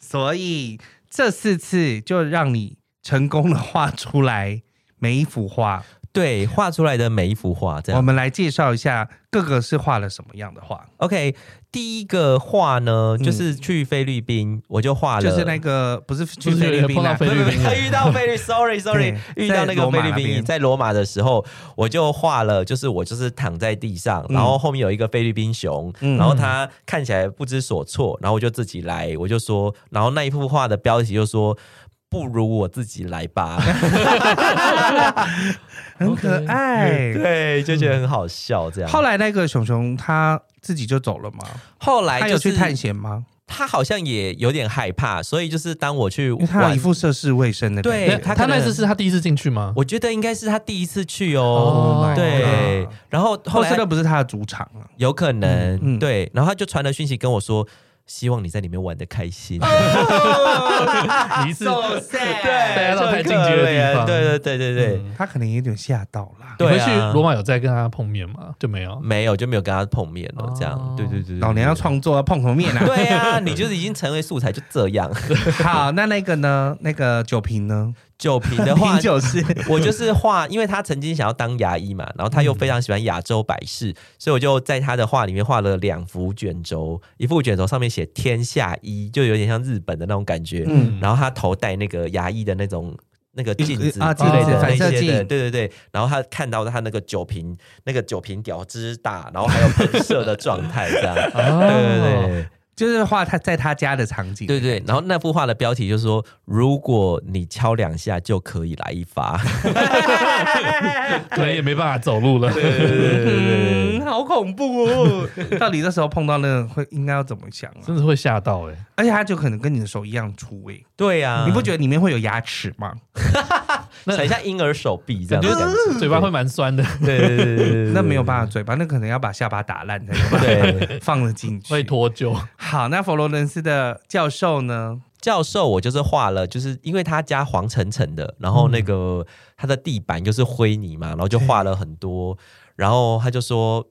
S3: 所以这四次就让你成功的画出来每一幅画，
S1: 对画出来的每一幅画这
S3: 我
S1: 样。
S3: 们来介绍一下各个是画了什么样的画，
S1: OK，第一个画呢，
S3: 嗯
S1: 就是去菲律宾，我就画了，
S3: 就是那个不是去
S4: 就是
S3: 菲律宾啊
S4: 碰到
S3: 啦
S4: 菲
S1: 不
S4: 律
S1: 不不
S4: 宾人
S1: 遇到菲律，sorry sorry，
S3: 对
S1: 遇到那
S3: 在
S1: 个
S3: 罗马
S1: 菲律
S3: 那
S1: 宾
S3: 边
S1: 裔，在罗马的时候，我就画了，就是我就是躺在地上，
S3: 嗯
S1: 然后后面有一个菲律宾熊，
S3: 嗯
S1: 然后他看起来不知所措，然后我就自己来，我就说，然后那一幅画的标题就说。不如我自己来 吧，
S3: 很可爱。
S1: 嗯对，啊就觉得很好笑这样。
S3: 后来那个熊熊他自己就走了吗？
S1: 后来
S3: 他
S1: 哎就
S3: 有
S1: 是
S3: 去探，险吗？
S1: 他好像也有点害怕，所以就是当我去
S3: 因为他有
S1: 玩
S3: 一，副涉世未深的感觉。
S4: 他
S1: 对哎他
S4: 他
S1: 可能
S4: 那次是他第一次进去吗？
S1: 我觉得应该是他第一次去
S4: 哦
S1: 哦，
S3: Oh
S1: 对
S3: my god，
S1: 然后后
S3: 后
S1: 来
S3: 来那不是他的主场啊。
S1: 有可能，
S3: 嗯嗯
S1: 对。然后他就传了讯息跟我说，希望你在里面玩的开心。
S3: 哦
S4: 你一次
S1: 对，
S4: 带他到太
S1: 很
S4: 进阶的地方
S1: 对对对对对，
S4: 嗯
S3: 他可能也有点吓到啦。
S1: 对
S4: 你
S1: 啊
S4: 回去罗马有再跟他碰面吗？就没有。
S1: 没有就没有跟他碰面了，这
S4: 哦
S1: 样。对对对，对
S3: 老娘要。创作要碰头面
S1: 对
S3: 啊！
S1: 对啊，你就是已经成为素材，就这 样。
S3: 好，那那个呢？那个酒瓶呢？
S1: 酒瓶的话
S3: 瓶，酒是
S1: 我就是画，因为他曾经想要当牙医嘛，然后他又非常喜欢亚洲百事，所以我就在他的画里面画了两幅卷轴，一幅卷轴上面写“天下医”，就有点像日本的那种感觉。
S3: 嗯
S1: 然后他头戴那个牙医的那种那个镜子
S3: 啊
S1: 之类
S4: 镜子
S1: 的那
S3: 反射
S1: 些的，
S3: 镜
S1: 对对对。然后他看到他那个酒瓶，那个酒瓶屌之大，然后还有喷射的状态 这样。
S3: 哦
S4: 哦
S1: 对对对
S3: 就是画他在他家的场景。
S1: 对对对，然后那幅画的标题就是说，如果你敲两下就可以来一发。
S4: 可能也没办法走路了。
S3: 嗯，好恐怖 哦！到底那时候碰到那个会应该要怎么想啊？
S4: 真的会吓到哎、
S3: 而且他就可能跟你的手一样粗诶，
S1: 对呀、
S3: 你不觉得里面会有牙齿吗？
S1: 得很像婴儿手臂这样
S4: 感
S1: 子
S4: 觉
S1: 的感觉？
S4: 嘴巴会蛮酸的，
S1: 对对对对对，
S3: 那没有办法，嘴巴那可能要把下巴打 烂才有办
S1: 对
S3: 法放得进去。
S4: 会脱臼。
S3: 好，那佛罗伦斯的教授呢？
S1: 教授，我就是画了，就是因为他家黄澄澄的，然后那
S3: 嗯
S1: 个、他的地板就是灰泥嘛，然后就画了很多，然后他就说。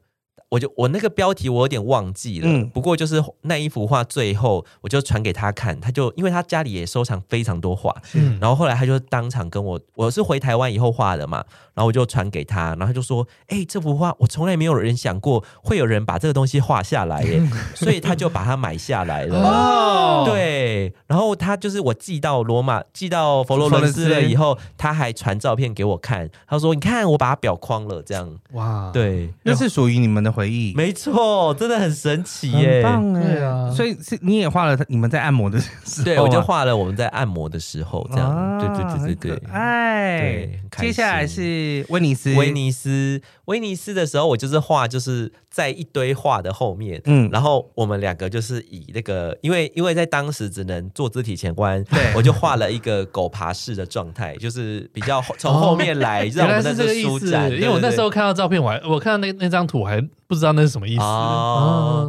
S1: 我就我那个标题我有点忘记了，
S3: 嗯
S1: 不过就是那一幅画最后我就传给他看，他就因为他家里也收藏非常多画，
S4: 嗯，
S1: 然后后来他就当场跟我，我是回台湾以后画的嘛，然后我就传给他，然后他就说：“哎、这幅画我从来没有人想过会有人把这个东西画下来耶，所以他就把它买下来了。”
S3: 哦，
S1: 对，然后他就是我寄到罗马，寄到佛罗伦斯
S3: 佛罗
S1: 了
S3: 伦斯
S1: 以后，他还传照片给我看，他说：“你看，我把它裱框了。”这样，
S4: 哇，，
S1: 对，
S3: 那是属于你们的回忆，
S1: 没错，真的很神奇
S3: 很
S1: 耶。
S3: 棒哎、
S4: 对啊
S3: 所以是你也画了你们在按摩的时候啊，
S1: 对，我就画了我们在按摩的时候这样，
S3: 啊
S1: 对对对对
S3: 很
S1: 对
S3: 可。爱
S1: 对很。开
S3: 接下来
S1: 心
S3: 是威尼斯，
S1: 威尼斯，威尼斯的时候，我就是画，就是在一堆画的后面，
S3: 嗯
S1: 然后我们两个就是以那个，因为因为在当时只能做肢体前弯，
S3: 对
S1: 我就画了一个狗爬式的状态，就是比较后从后 面来，
S4: 原
S1: 让我
S4: 来
S1: 们那
S4: 是这个
S1: 个
S4: 意
S1: 舒
S4: 思。
S1: 展，
S4: 因为我那时候
S1: 对
S4: 看到照片，我还我看到那那张图，我还不知道那是什么意
S1: 对
S4: 思。
S1: 哦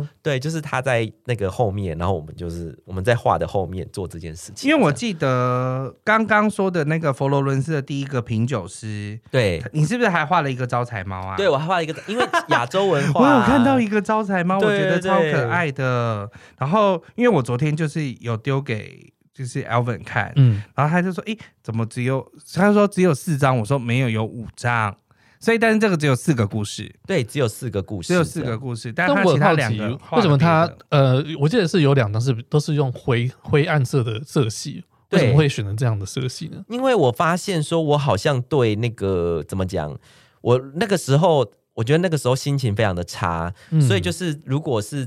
S4: 嗯，
S1: 对，就是他在那个后面，然后我们就是我们在画的后面做这件事情，
S3: 因为我记得刚刚说的那个佛罗伦斯的第一个品酒师，
S1: 对
S3: 你是不是还画了一个招财猫啊？
S1: 对，我还画了一个，因为亚洲文化，
S3: 我有看到一个招财猫，我
S1: 对
S3: 觉得
S1: 对
S3: 超可爱的。然后，因为我昨天就是有丢给就是 Alvin 看，
S4: 嗯，
S3: 然后他就说：“诶，怎么只有？”他说只有四张，我说没有，有五张。所以，但是这个只有四个故事，
S1: 对，只有四个故事，
S3: 只有四个故事，但
S4: 但
S3: 他
S4: 我
S3: 其
S4: 很
S3: 他
S4: 好
S3: 两
S4: 奇
S3: 个画，
S4: 为什
S3: 了
S4: 么
S3: 别
S4: 他
S3: 的
S4: 呃，我记得是有两张是都是用灰灰暗色的色系，为
S1: 对
S4: 什么会选择这样的色系呢？
S1: 因为我发现说，我好像对那个怎么讲，我那个时候，我觉得那个时候心情非常的差，
S4: 嗯
S1: 所以就是如果是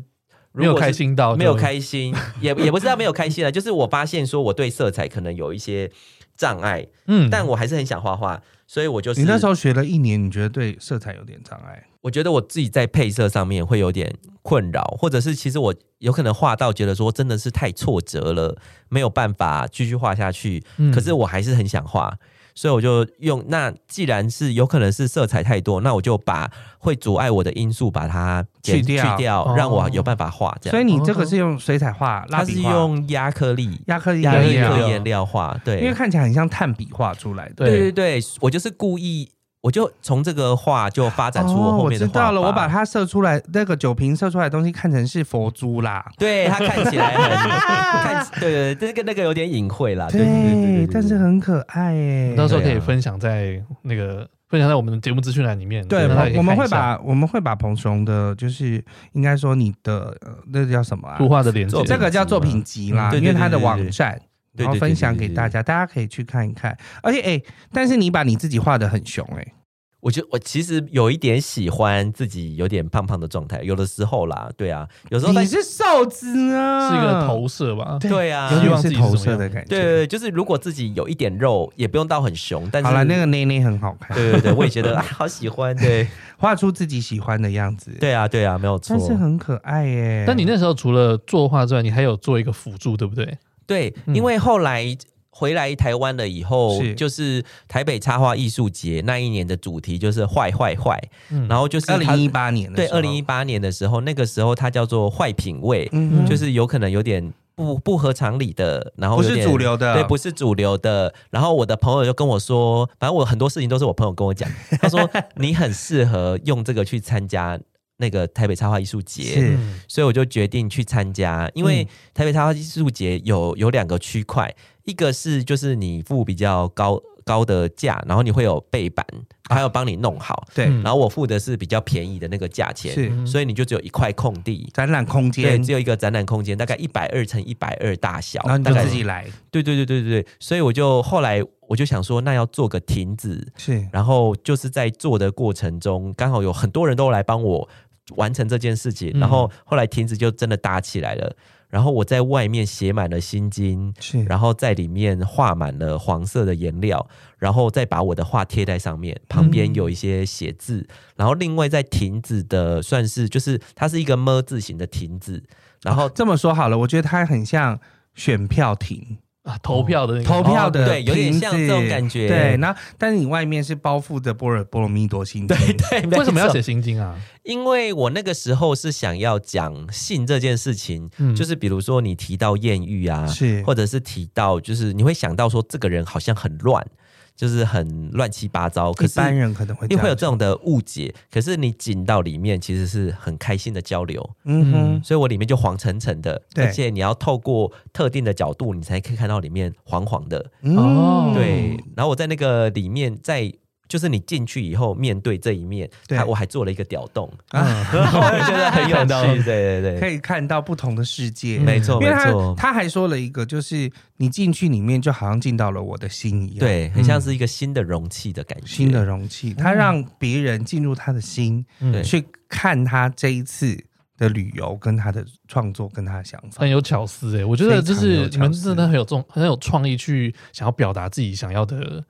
S4: 没
S1: 如
S4: 有
S1: 果是
S4: 开心哦到，
S1: 没有，开心，也也不知道没有开心了，就是我发现说我对色彩可能有一些障碍，
S4: 嗯，
S1: 但我还是很想画画，所以我就是
S3: 你那时候学了一年，你觉得对色彩有点障碍？
S1: 我觉得我自己在配色上面会有点困扰，或者是其实我有可能画到觉得说真的是太挫折了，没有办法继续画下去，
S4: 嗯
S1: 可是我还是很想画，所以我就用那既然是有可能是色彩太多，那我就把会阻碍我的因素把它减
S3: 去掉
S1: 去掉
S4: 哦
S1: 让我有办法画这样。
S3: 所以你这个是用水彩画、蜡
S1: 它是
S3: 笔画，
S1: 用亚克力
S3: 亚克力
S1: 亚克力
S3: 颜料
S1: 的颜料画，对，
S3: 因为看起来很像炭笔画出来的。
S1: 对
S4: 对
S1: 对对，我就是故意，我就从这个画就发展出我后
S3: 哦我
S1: 面的
S3: 知
S1: 画法、
S3: 道了，我把它射出来那个酒瓶射出来的东西看成是佛珠啦。
S1: 对他看起 来很看起，对对对，那个那个有点隐晦啦，对对对对对对
S3: 但是很可爱耶。
S4: 到时候可
S1: 对
S4: 以
S1: 啊
S4: 分享在那个分享在我们的节目资讯栏里面。
S3: 对，
S4: 大家可以
S3: 我我们
S4: 看
S3: 会
S4: 一下
S3: 把我们会把彭雄的，就是应该说你的呃那叫什么啊
S4: 图？画的连接
S1: 作，
S3: 这个叫作品集啦，
S1: 嗯对
S3: 因
S1: 对
S3: 为他的
S1: 对对
S3: 网
S1: 对
S3: 站，
S1: 对
S3: 然后
S1: 对对
S3: 分
S1: 对
S3: 享
S1: 对
S3: 给
S1: 对
S3: 大家，大家可以去看一看。而且哎、但是你把你自己画的很熊哎、
S1: 我觉得我其实有一点喜欢自己有点胖胖的状态，有的时候啦，对啊，有时候在
S3: 你是瘦子啊，
S4: 是一
S1: 嗯
S4: 个投射吧？
S1: 对啊，
S3: 有
S4: 希
S3: 点
S4: 望自
S3: 是
S4: 己是
S3: 投
S4: 什么
S3: 射
S4: 样
S3: 的感觉。
S1: 对对对，就是如果自己有一点肉，也不用到很熊，但是
S3: 好了，那个内内很好看，
S1: 对对对，我也觉 得、啊、好喜欢，对
S3: 画出自己喜欢的样子，，
S1: 对啊对啊，没有错
S3: 但。是很可爱耶、
S4: 但你那时候除了作画之外，你还有做一个辅助，对不对？
S1: 对，因为后来回来台湾了以后，
S3: 嗯是
S1: 就是台北插画艺术节那一年的主题就是坏坏坏，
S4: 嗯
S1: 然后就是
S3: 二
S1: 它
S3: 零一八年的
S1: 对
S3: 时候
S1: 二零一，八年的时候，那个时候它叫做坏品味，
S3: 嗯
S1: 就是是有可能有点不不合常理的，然后
S3: 不
S1: 有
S3: 是
S1: 点
S3: 主。流的，
S1: 对，不是主流的。然后我的朋友就跟我说，反正我很多事情都是我朋友 跟我讲。他说你很适合用这个去参加那个台北插画艺术节，
S3: 是
S4: 嗯
S1: 所以我就决定去参加。因为
S3: 嗯
S1: 台北插画艺术节有有两个区块，一个是就是你付比较高高的价，然后你会有背板，还有帮你弄好。
S3: 对，
S4: 嗯
S1: 然后我付的是比较便宜的那个价钱，
S3: 是
S1: 所以你就只有一块空地，
S3: 展览空
S1: 嗯对，
S3: 间，
S1: 只有一个展览空间，大概一百二乘一百二大小，
S3: 然后你
S1: 大
S3: 就
S1: 概
S3: 自己来，
S1: 对对对对对对，所以我就后来我就想说，那要做个亭子，
S3: 是
S1: 然后就是在做的过程中，刚好有很多人都来帮我完成这件事情，
S4: 嗯
S1: 然后后来亭子就真的搭起来了，然后我在外面写满了心经。
S3: 是，
S1: 然后在里面画满了黄色的颜料，然后再把我的画贴在上面，旁边有一些写字，然后另外在亭子的算是就是它是一个么字形的亭子，然后
S3: 这么说好了，我觉得它很像选票亭，
S4: 啊，投票的那个
S3: 嗯投票的、
S1: 哦对有点像这种感觉
S3: 对，那但是你外面是包覆着波尔波罗蜜多心经，对对，
S4: 哦为什么要写心经啊？
S1: 因为我那个时候是想要讲性这件事情，
S4: 嗯
S1: 就是比如说你提到艳遇啊，
S3: 是
S1: 或者是提到就是你会想到说这个人好像很乱，就是很乱七八糟，可
S3: 一
S1: 是
S3: 般人可能会
S1: 你会有
S3: 呃样
S1: 这种的误解，可是你进到里面其实是很开心的交流，
S3: 嗯哼，
S1: 所以我里面就黄橙橙的，
S3: 对
S1: 而且你要透过特定的角度，你才可以看到里面黄黄的，
S3: 嗯
S4: 哦
S1: 对。然后我在那个里面在。就是你进去以后，面对这一面，
S3: 对
S1: 还我还做了一个屌 洞，
S3: 啊，
S1: 然后我就觉得很有
S4: 看
S1: 趣，
S4: 戏
S1: 对对
S3: 可
S1: 对，
S3: 以看到不同的世界。
S1: 没错
S3: 因
S1: 没
S3: 为他
S1: 错，
S3: 他还说了一个，就是你进去里面就好像进到了我的心一样，，
S1: 对，很像是一个新的容器的感觉，
S3: 嗯新的容器，他让别人进入他的心，
S4: 嗯
S1: 对
S3: 去看他这一次的旅游、跟他的创作、跟他的想法
S4: 很。有巧思哎、我觉得就
S3: 非常有巧思
S4: 是你们真的很有这种很有创意，去想要表达自己想要的、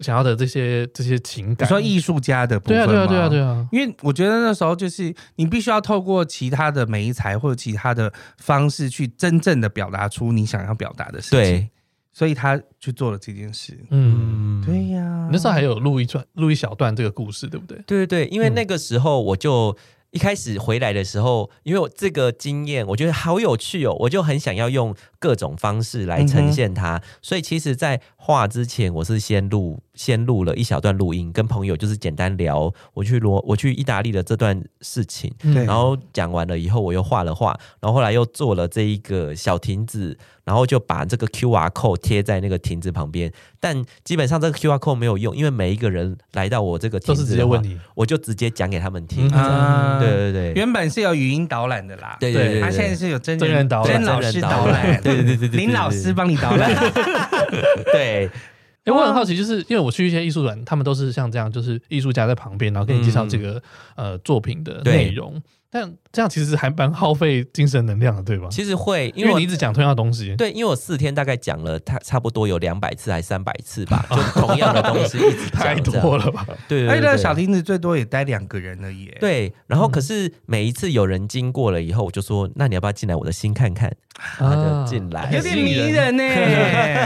S4: 想要的这些这些情
S3: 你
S4: 感。
S3: 说艺术家的部
S4: 对
S3: 分
S4: 啊，
S3: 吗？
S4: 对啊，对啊，对啊，
S3: 因为我觉得那时候就是你必须要透过其他的媒材或者其他的方式去真正的表达出你想要表达的事情，
S1: 对，
S3: 所以他去做了这件事。
S4: 嗯，
S1: 嗯，
S3: 对呀、
S4: 你那时候还有录一段录一小段这个故事，对不对？
S1: 对对对，因为
S4: 嗯
S1: 那个时候我就。一开始回来的时候，因为我这个经验，我觉得好有趣哦，我就很想要用各种方
S4: 嗯
S1: 式来呈现它。所以其实，在画之前，我是先录先录了一小段录音，跟朋友就是简单聊我去罗我去意大利的这段事情。
S3: 嗯对
S1: 然后讲完了以后，我又画了画，然后后来又做了这一个小亭子，然后就把这个 Q R code 贴在那个亭子旁边。但基本上这个 Q R code 没有用，因为每一个人来到我这个
S4: 都
S1: 亭
S4: 是
S1: 子
S4: 直接
S1: 的话
S4: 问，你，
S1: 我就直接讲给他们听。
S4: 嗯
S1: 这样
S3: 啊
S1: 对对对。
S3: 原本是有语音导览的啦，
S1: 对对对对
S3: 他现在是有真
S4: 真人导览
S3: 真老师导
S1: 真人导
S3: 览，
S1: 览对对对对对对
S3: 林老师帮你导览，
S1: 对
S4: 哎、
S1: 嗯
S4: 我很好奇，就是因为我去一些艺术馆，他们都是像这样，就是艺术家在旁边，然后给你介绍这个、
S1: 嗯
S4: 呃作品的内容。但这样其实还蛮耗费精神能量的，对吧？
S1: 其实会，因
S4: 因
S1: 为
S4: 为
S1: 我
S4: 你一直讲同样的东西，
S1: 对，因为我四天大概讲了，他差不多有两百次还三百次吧， 就同样的东西一直
S4: 太
S1: 讲这样
S4: 多了吧？
S1: 对对
S3: 而且哎那
S1: 对对，
S3: 个小嗯亭子最多也待两个人而已。，
S1: 对，然后可是每一次有人经过了以后，我就说：“那你要不要进来我的心 看看？”他
S4: 啊
S1: 就啊进来，
S3: 有点迷人呢、
S4: 有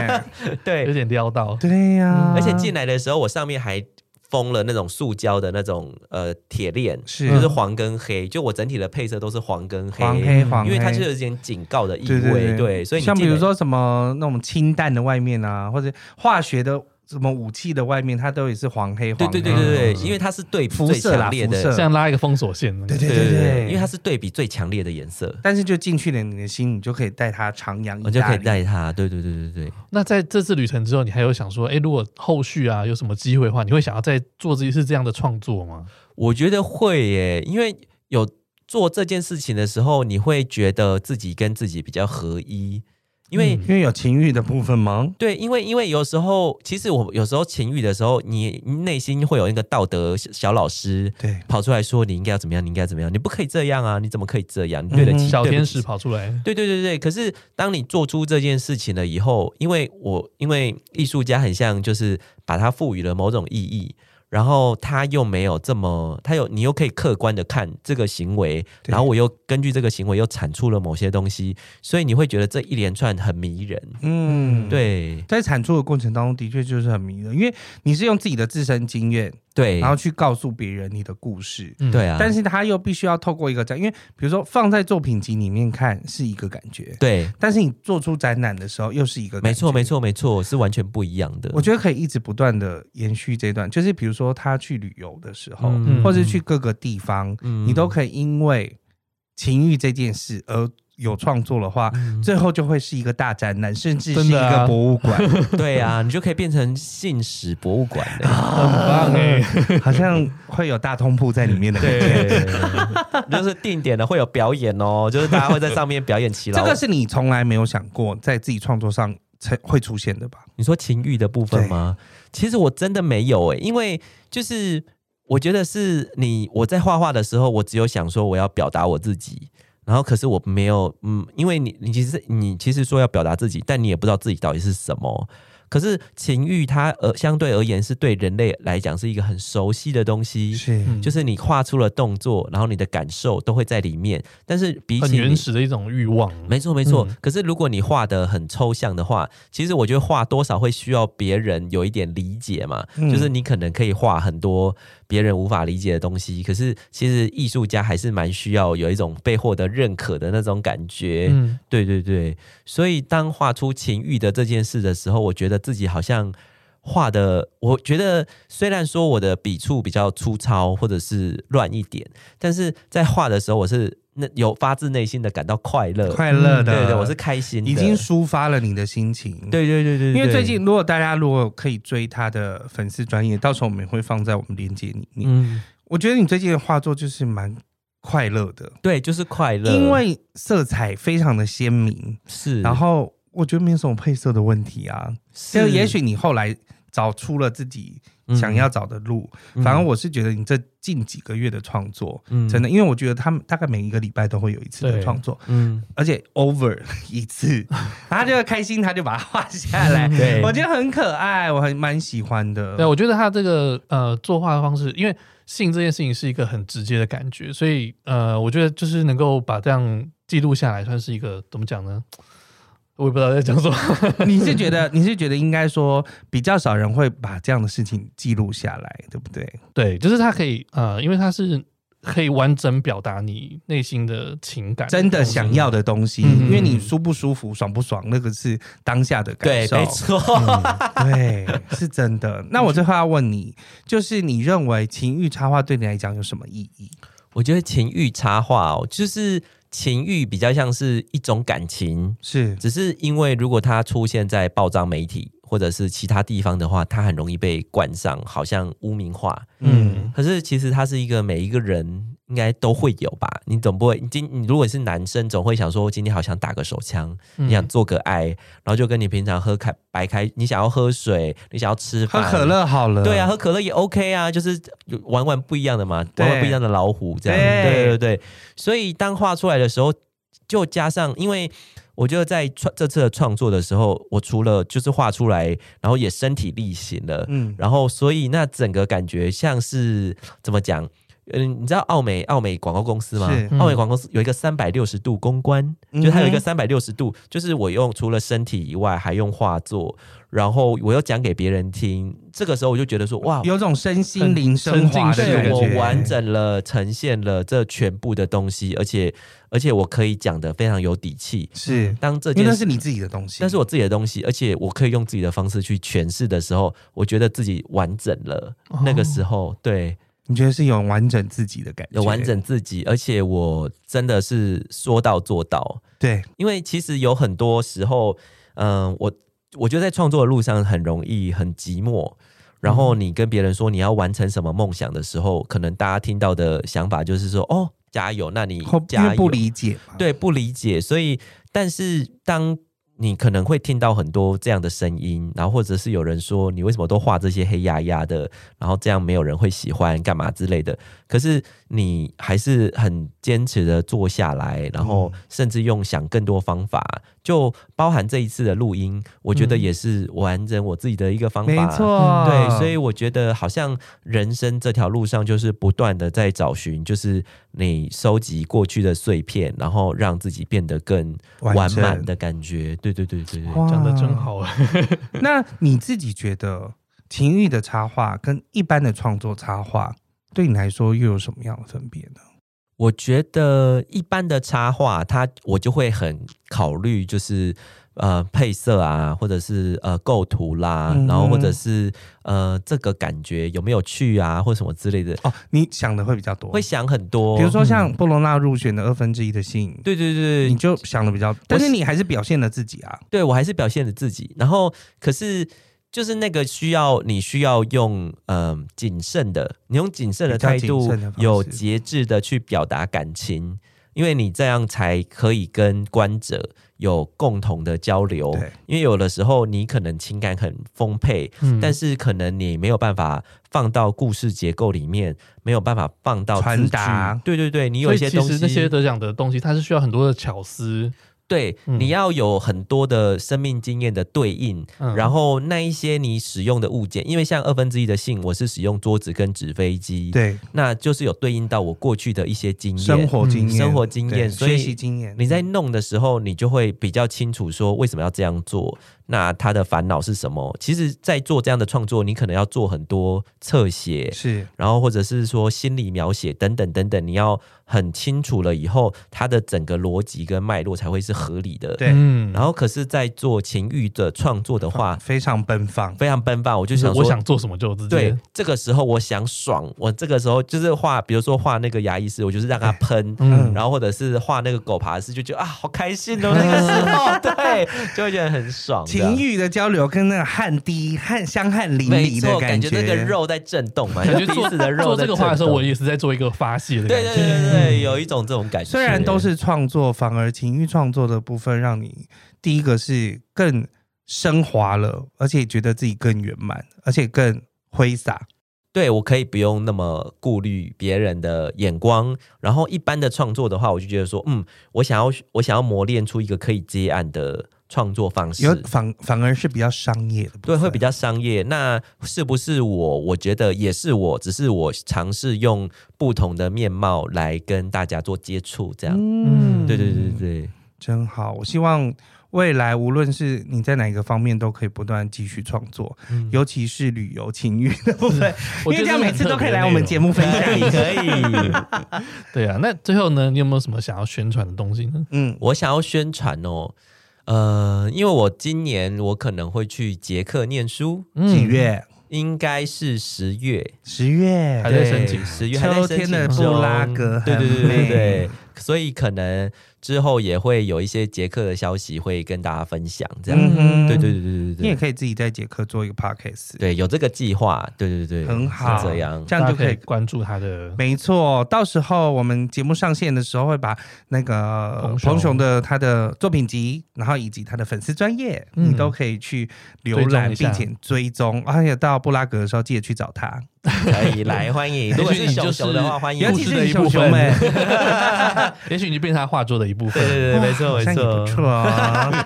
S1: 对，
S4: 点撩到。
S3: 对呀、
S4: 嗯
S1: 而且进来的时候，我上面还封了那种塑胶的那种呃铁链，
S3: 是
S1: 就是黄跟黑，就我整体的配色都是黄跟黑，
S3: 黄黑黄黑，
S1: 因为它是有一点警告的意味，
S3: 对对对
S1: 所以你
S3: 像比
S1: 进来
S3: 如说什么那种氢弹的外面啊，或者化学的什么武器的外面，它都也是黄黑
S1: 对
S3: 黄黑。
S1: 对对对对，
S3: 嗯
S1: 因为它是对比
S3: 辐
S1: 最
S3: 射啦
S1: 强烈的
S3: 辐射，
S4: 像拉一个封锁线那个，
S3: 对对
S1: 对
S3: 对对，
S1: 因为它是对比最强烈的颜色，
S3: 但是就进去了你的心，你就可以带它徜徉
S1: 我
S3: 意
S1: 就
S3: 大
S1: 可以
S3: 利。
S1: 带它。对对对对对，
S4: 那在这次旅程之后，你还有想说，哎、如果后续啊有什么机会的话，你会想要再做一次这样的创作吗？
S1: 我觉得会耶，因为有做这件事情的时候，你会觉得自己跟自己比较合一，因为、
S3: 因为有情欲的部分吗？
S1: 对，因为因为有时候，其实我有时候情欲的时候，你你内心会有那个道德小小老师
S3: 对，
S1: 跑出来说你应该要怎么样，你应该怎么样，你不可以这样啊，你怎么可以这样？你对得
S3: 嗯
S1: 起
S4: 小
S1: 对不
S4: 天
S1: 起
S4: 使跑出来，
S1: 对对对对，可是当你做出这件事情了以后，因为我因为艺术家很像就是把它赋予了某种意义，然后他又没有这么，他有你又可以客观的看这个行为，
S3: 对
S1: 然后我又根据这个行为又产出了某些东西，所以你会觉得这一连串很迷人。
S3: 嗯，。
S1: 对
S3: 在产出的过程当中，的确就是很迷的，因为你是用自己的自身经验，
S1: 对，
S3: 然后去告诉别人你的故事，
S4: 嗯
S1: 对啊，
S3: 但是他又必须要透过一个展，因为比如说放在作品集里面看是一个感觉，
S1: 对，
S3: 但是你做出展览的时候又是一个感觉
S1: 没错没。错没错，是完全不一样的。
S3: 我觉得可以一直不断的延续这段，就是比如说他去旅游的时候，
S1: 嗯
S3: 或者去各个地方，
S1: 嗯
S3: 你都可以因为情欲这件事而有创作的话，
S1: 嗯
S3: 最后就会是一个大展览，甚至是一
S4: 真的
S3: 个
S4: 啊
S3: 博物 馆，
S1: 对啊，你就可以变成信史博物 馆了。
S4: 很
S1: 嗯
S4: 棒哎、
S3: 好像会有大通铺在里 面的感觉。
S1: 对，就是定点的会有表演哦， 就是大家会在上面表演起来。
S3: 这个是你从来没有想过在自己创作上才会出现的吧？
S1: 你说情欲的部分吗？其实我真的没有诶、欸因为就是我觉得是你我在画画的时候，我只有想说我要表达我自己。然后，可是我没有，嗯，因为你，你其实你其实说要表达自己，但你也不知道自己到底是什么。可是情欲它呃，相对而言是对人类来讲是一个很熟悉的东西，
S3: 是
S4: 嗯
S1: 就是你画出了动作，然后你的感受都会在里面。但是比
S4: 很
S1: 起你
S4: 原始的一种欲望，
S1: 没错，没错。
S4: 嗯
S1: 可是如果你画的很抽象的话，其实我觉得画多少会需要别人有一点理解嘛。
S3: 嗯
S1: 就是你可能可以画很多别人无法理解的东西，可是其实艺术家还是蛮需要有一种被获得认可的那种感觉。
S4: 嗯，
S1: 对对对，所以当画出情欲的这件事的时候，我觉得自己好像画的，我觉得虽然说我的笔触比较粗糙或者是乱一点，但是在画的时候，我是那有发自内心的感到快乐，
S3: 快乐的，
S1: 嗯对对，我是开心的，
S3: 已经抒发了你的心情。。
S1: 对对对对，对
S3: 因为最近，如果大家如果可以追他的粉丝专业，到时候我们也会放在我们链接里面。
S1: 嗯，
S3: 我觉得你最近的画作就是蛮快乐的，
S1: 对，就是快乐，
S3: 因为色彩非常的鲜明，
S1: 是，
S3: 然后我觉得没有什么配色的问题啊。就是也许你后来找出了自己想要找的路，
S1: 嗯
S3: 反正我是觉得你这近几个月的创作，
S1: 嗯
S3: 真的，因为我觉得他们大概每一个礼拜都会有一次的
S4: 对
S3: 创作，
S1: 嗯，
S3: 而且 over 一 次，然后他就开心，他就把它画下 来。
S1: 对，
S3: 我觉得很可爱，我很蛮喜欢的。
S4: 对，我觉得他这个呃作画的方式，因为性这件事情是一个很直接的感觉，所以呃，我觉得就是能够把这样记录下来，算是一个怎么讲呢？我也不知道在讲什么。
S3: 你是觉 得你是觉得应该说比较少人会把这样的事情记录下来，对不对？
S4: 对， 就是他可以呃，因为他是可以完整表达你内心的情感，
S3: 真的想要的东西，
S4: 嗯
S3: 因为你舒不舒服、爽不爽，那个是当下的感
S1: 对，
S3: 受。嗯
S1: 没错，
S3: 对，是真 的。那我最后要问你，就是你认为情欲插画对你来讲有什么意义？
S1: 我觉得情欲插画哦，就是情欲比较像是一种感情，
S3: 是
S1: 只是因为如果它出现在报章媒体或者是其他地方的话，它很容易被冠上好像污名化。
S3: 嗯
S4: 嗯，
S1: 可是其实它是一个每一个人应该都会有吧？你总不会你今你如果是男生，总会想说今天好想打个手枪，
S4: 嗯
S1: 你想做个爱，然后就跟你平常喝开白开，你想要喝水，你想要吃
S3: 喝
S1: 饭，
S3: 可。乐好了。
S1: 对啊，，喝可乐也 OK 啊，就是玩玩不一样的嘛，
S3: 对
S1: 玩玩不一样的老虎这样。
S3: 对
S1: 对对对，所以当画出来的时候，就加上，因为我觉得在创这次的创作的时候，我除了就是画出来，然后也身体力行了，
S3: 嗯，
S1: 然后所以那整个感觉像是怎么讲？嗯，你知道奥美奥美广告公司吗
S3: 是？嗯
S1: 奥美广告公司有一个三百六十度公关，
S3: 嗯哼
S1: 就是它有一个三百六十度，就是我用除了身体以外，还用画作，然后我又讲给别人听。这个时候我就觉得说，哇，
S3: 有种身心灵升华的感
S4: 沉
S1: 对
S4: 浸
S3: 觉，
S4: 式
S1: 我完整了呈现了这全部的东西，而且而且我可以讲的非常有底气。
S3: 是，
S1: 当这
S3: 因为
S1: 件
S3: 那
S1: 事
S3: 是你自己的东西，
S1: 但是我自己的东西，而且我可以用自己的方式去诠释的时候，我觉得自己完整了。
S4: 哦
S1: 那
S3: 哦
S1: 个时候，对，
S3: 你觉得是有完整自己的感觉，
S1: 有完整自己，而且我真的是说到做到。
S3: 对，
S1: 因为其实有很多时候，嗯、我我觉得在创作的路上很容易很寂寞。然后
S3: 嗯
S1: 你跟别人说你要完成什么梦想的时候，可能大家听到的想法就是说：“哦，加油！”那你
S3: 后因
S1: 加
S3: 为
S1: 油，
S3: 不理解嘛，
S1: 对，不理解，所以但是当你可能会听到很多这样的声音，然后或者是有人说你为什么都画这些黑压压的，然后这样没有人会喜欢，干嘛之类的。可是你还是很坚持的做下来，然
S3: 嗯
S1: 后甚至用想更多方法，就包含这一次的录音，我觉得
S4: 嗯
S1: 也是完整我自己的一个方法。
S3: 没错，
S1: 嗯对，所以我觉得好像人生这条路上就是不断的在找寻，就是你收集过去的碎片，然后让自己变得更
S3: 完
S1: 完
S3: 整
S1: 满的感觉。对对对对对。
S3: 哇
S4: 讲的真。好啊！
S3: 那你自己觉得情欲的插画跟一般的创作插画，对你来说又有什么样的分别呢？
S1: 我觉得一般的插画，它我就会很考虑，就是呃配色啊，或者是呃构图啦，
S3: 嗯
S1: 然后或者是呃这个感觉有没有趣啊，或什么之类的，
S3: 哦，你想的会比较多，
S1: 会想很多。
S3: 比如说像
S1: 嗯
S3: 波罗纳入选的二分之一的信，
S1: 对对对，
S3: 你就想的比较，但是你还是表现了自己啊。
S1: 对我还是表现了自己。然后，可是就是那个需要你需要用嗯、谨慎的，你用谨慎的态
S3: 比较谨
S1: 度
S3: 慎的方，式
S1: 有节制的去表达感情，因为你这样才可以跟观者有共同的交流
S3: 对。
S1: 因为有的时候你可能情感很丰沛，
S4: 嗯
S1: 但是可能你没有办法放到故事结构里面，没有办法放到字
S3: 传
S1: 句
S3: 达
S1: 对对对，你有
S4: 所
S1: 一
S4: 以
S1: 些
S4: 其
S1: 东西
S4: 实那些得奖的东西，它是需要很多的巧思。
S1: 对，
S4: 嗯
S1: 你要有很多的生命经验的对应，
S4: 嗯
S1: 然后那一些你使用的物件，因为像二分之一的信，我是使用桌子跟纸飞机，，
S3: 对，
S1: 那就是有对应到我过去的一些经验。
S3: 生活经验、
S1: 嗯生活经验
S3: 对
S1: 所
S3: 学
S1: 以
S3: 习经验，
S1: 你在弄的时候，你就会比较清楚说为什么要这样做，那他的烦恼是什么。其实，在做这样的创作，你可能要做很多侧写，
S3: 是
S1: 然后或者是说心理描写等等等等，你要很清楚了以后，它的整个逻辑跟脉络才会是合理的。
S3: 对
S4: 嗯
S1: 然后可是，在做情欲的创作的话，
S3: 非常奔 放，
S1: 非常奔放，我就
S4: 就是
S1: 想说，
S4: 我想做什么就直接
S1: 对，
S3: 嗯
S1: 这个时候我想爽，我这个时候就是画，比如说画那个牙医师，我就是让他喷。
S4: 嗯，
S1: 然后或者是画那个狗爬式，就觉得啊好开心哦，那个时候 对，就会觉得很爽。
S3: 情
S1: 欲
S3: 欲的交流跟那个汗滴、汗香汗淋
S1: 没
S3: 漓的
S1: 错，感
S3: 觉，
S1: 那个肉在震动嘛，
S4: 感觉
S1: 就
S4: 做
S1: 彼此的肉
S4: 做
S1: 在
S4: 这个话的时候，
S1: 震动
S4: 我也是在做一个发泄的感
S1: 对
S4: 觉。
S1: 对对对对，有一种这种感觉。
S3: 虽然都是创作，反而情欲创作的部分让你第一个是更升华了，而且觉得自己更圆满，而且更挥洒。
S1: 对我可以不用那么顾虑别人的眼光，然后一般的创作的话，我就觉得说，嗯，我想要我想要磨练出一个可以接案的创作方
S3: 有
S1: 式，
S3: 反反而是比较商业的部
S1: 对，
S3: 分，
S1: 会比较商业。那是不是我？我觉得也是我，只是我尝试用不同的面貌来跟大家做接触，这样。
S3: 嗯
S1: 对对对对，
S3: 真好。我希望未来无论是你在哪一个方面，都可以不断继续创作，尤其是旅游情欲的部分，因
S4: 嗯 我
S3: 为
S4: 觉得
S3: 这样每次都可以来我们节
S4: 目。
S3: 目分享
S1: 可
S3: 一
S1: 以
S3: 下。
S1: 可以。
S4: 对啊，那最后呢，你有没有什么想要宣传的东西呢？
S3: 嗯，
S1: 我想要宣传哦，呃，因为我今年我可能会去捷克念书，
S4: 嗯
S3: 几月？
S1: 应该是十月。
S3: 十月
S4: 还在申请
S1: 十月还在
S3: 秋
S1: 申
S3: 天
S1: 请
S3: 的布
S1: 中
S3: 拉格
S1: 对对
S3: 很
S1: 对对
S3: 美
S1: 对，所以可能之后也会有一些捷克的消息会跟大家分享，这样，
S3: 嗯哼
S1: 对对对对
S3: 你也
S1: 对对，
S3: 可以自己在捷克做一个 podcast，
S1: 对有这个计划，对对对，
S3: 很好，
S1: 是这样，
S3: 这样就
S4: 大家
S3: 可
S4: 可以
S3: 以。
S4: 关注他的。
S3: 没错，到时候我们节目上线的时候，会把那个
S4: 彭雄
S3: 彭雄的他的作品集，然后以及他的粉丝专业，
S4: 嗯
S3: 你都可以去
S4: 追
S3: 浏
S4: 踪
S3: 览
S4: 一下
S3: 并且追踪。而且到布拉格的时候，记得去找他，
S1: 可以来 欢迎，如果
S4: 也许
S1: 是
S4: 你就
S1: 熊熊的
S4: 是哎
S1: 话，欢迎
S3: 尤
S4: 故
S3: 其
S4: 事
S1: 你，
S4: 的
S3: 是
S4: 一
S3: 熊
S4: 部分
S3: 熊们。
S4: 也许你就变成他画作的一一部
S1: 对
S4: 分。
S1: 对对，没错
S3: 哇好
S1: 没
S3: 像也
S1: 错
S3: 不，错哦。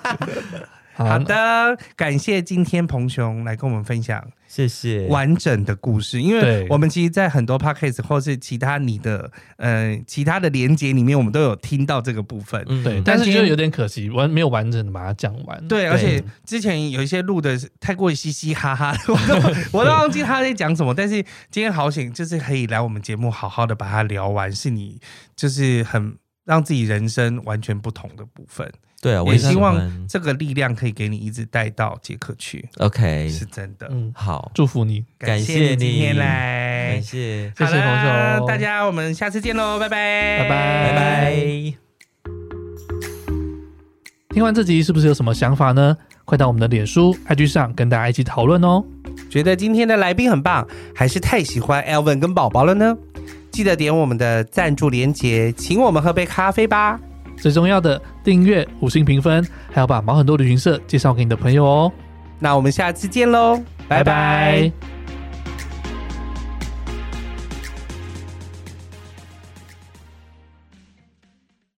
S4: 好
S3: 好，的，感谢今天彭雄来跟我们分享
S1: 谢谢。
S3: 完整的故事，因为
S4: 对
S3: 我们其实，在很多 podcast 或是其他你的呃其他的连接里面，我们都有听到这个部分。
S1: 嗯
S4: 对，
S1: 嗯
S4: 但
S3: 但
S4: 是
S3: 今
S4: 就
S3: 天
S4: 有点可惜，完没有完整的把它讲完。
S3: 对，而且之前有一些录的太过嘻嘻哈哈，我 都我都忘记他在讲什么。但是今天好险，就是可以来我们节目好好的把它聊完，是你就是很让自己人生完全不同的部分。
S1: 对啊，我
S3: 也
S1: 喜
S3: 希望
S1: 欢
S3: 这个力量可以给你一直带到捷克去，
S1: OK，
S3: 是真的。
S4: 嗯，
S1: 好，
S4: 祝福你，
S1: 感
S3: 谢
S1: 谢
S3: 你今天
S1: 你
S3: 来
S1: 感，谢，
S4: 谢谢
S3: 好啦
S4: 同学哦
S3: 大家我们下次见喽，拜拜，
S4: 拜拜
S1: 拜拜。
S4: 听完这集是不是有什么想法呢？快到我们的脸书、IG 上跟大家一起讨论哦。
S3: 觉得今天的来宾很棒，还是太喜欢 Elvin 跟宝宝了呢？记得点我们的赞助连结，请我们喝杯咖啡吧。
S4: 最重要的，订阅、五星评分，还要把毛很多旅行社介绍给你的朋友哦。
S3: 那我们下次见喽，拜拜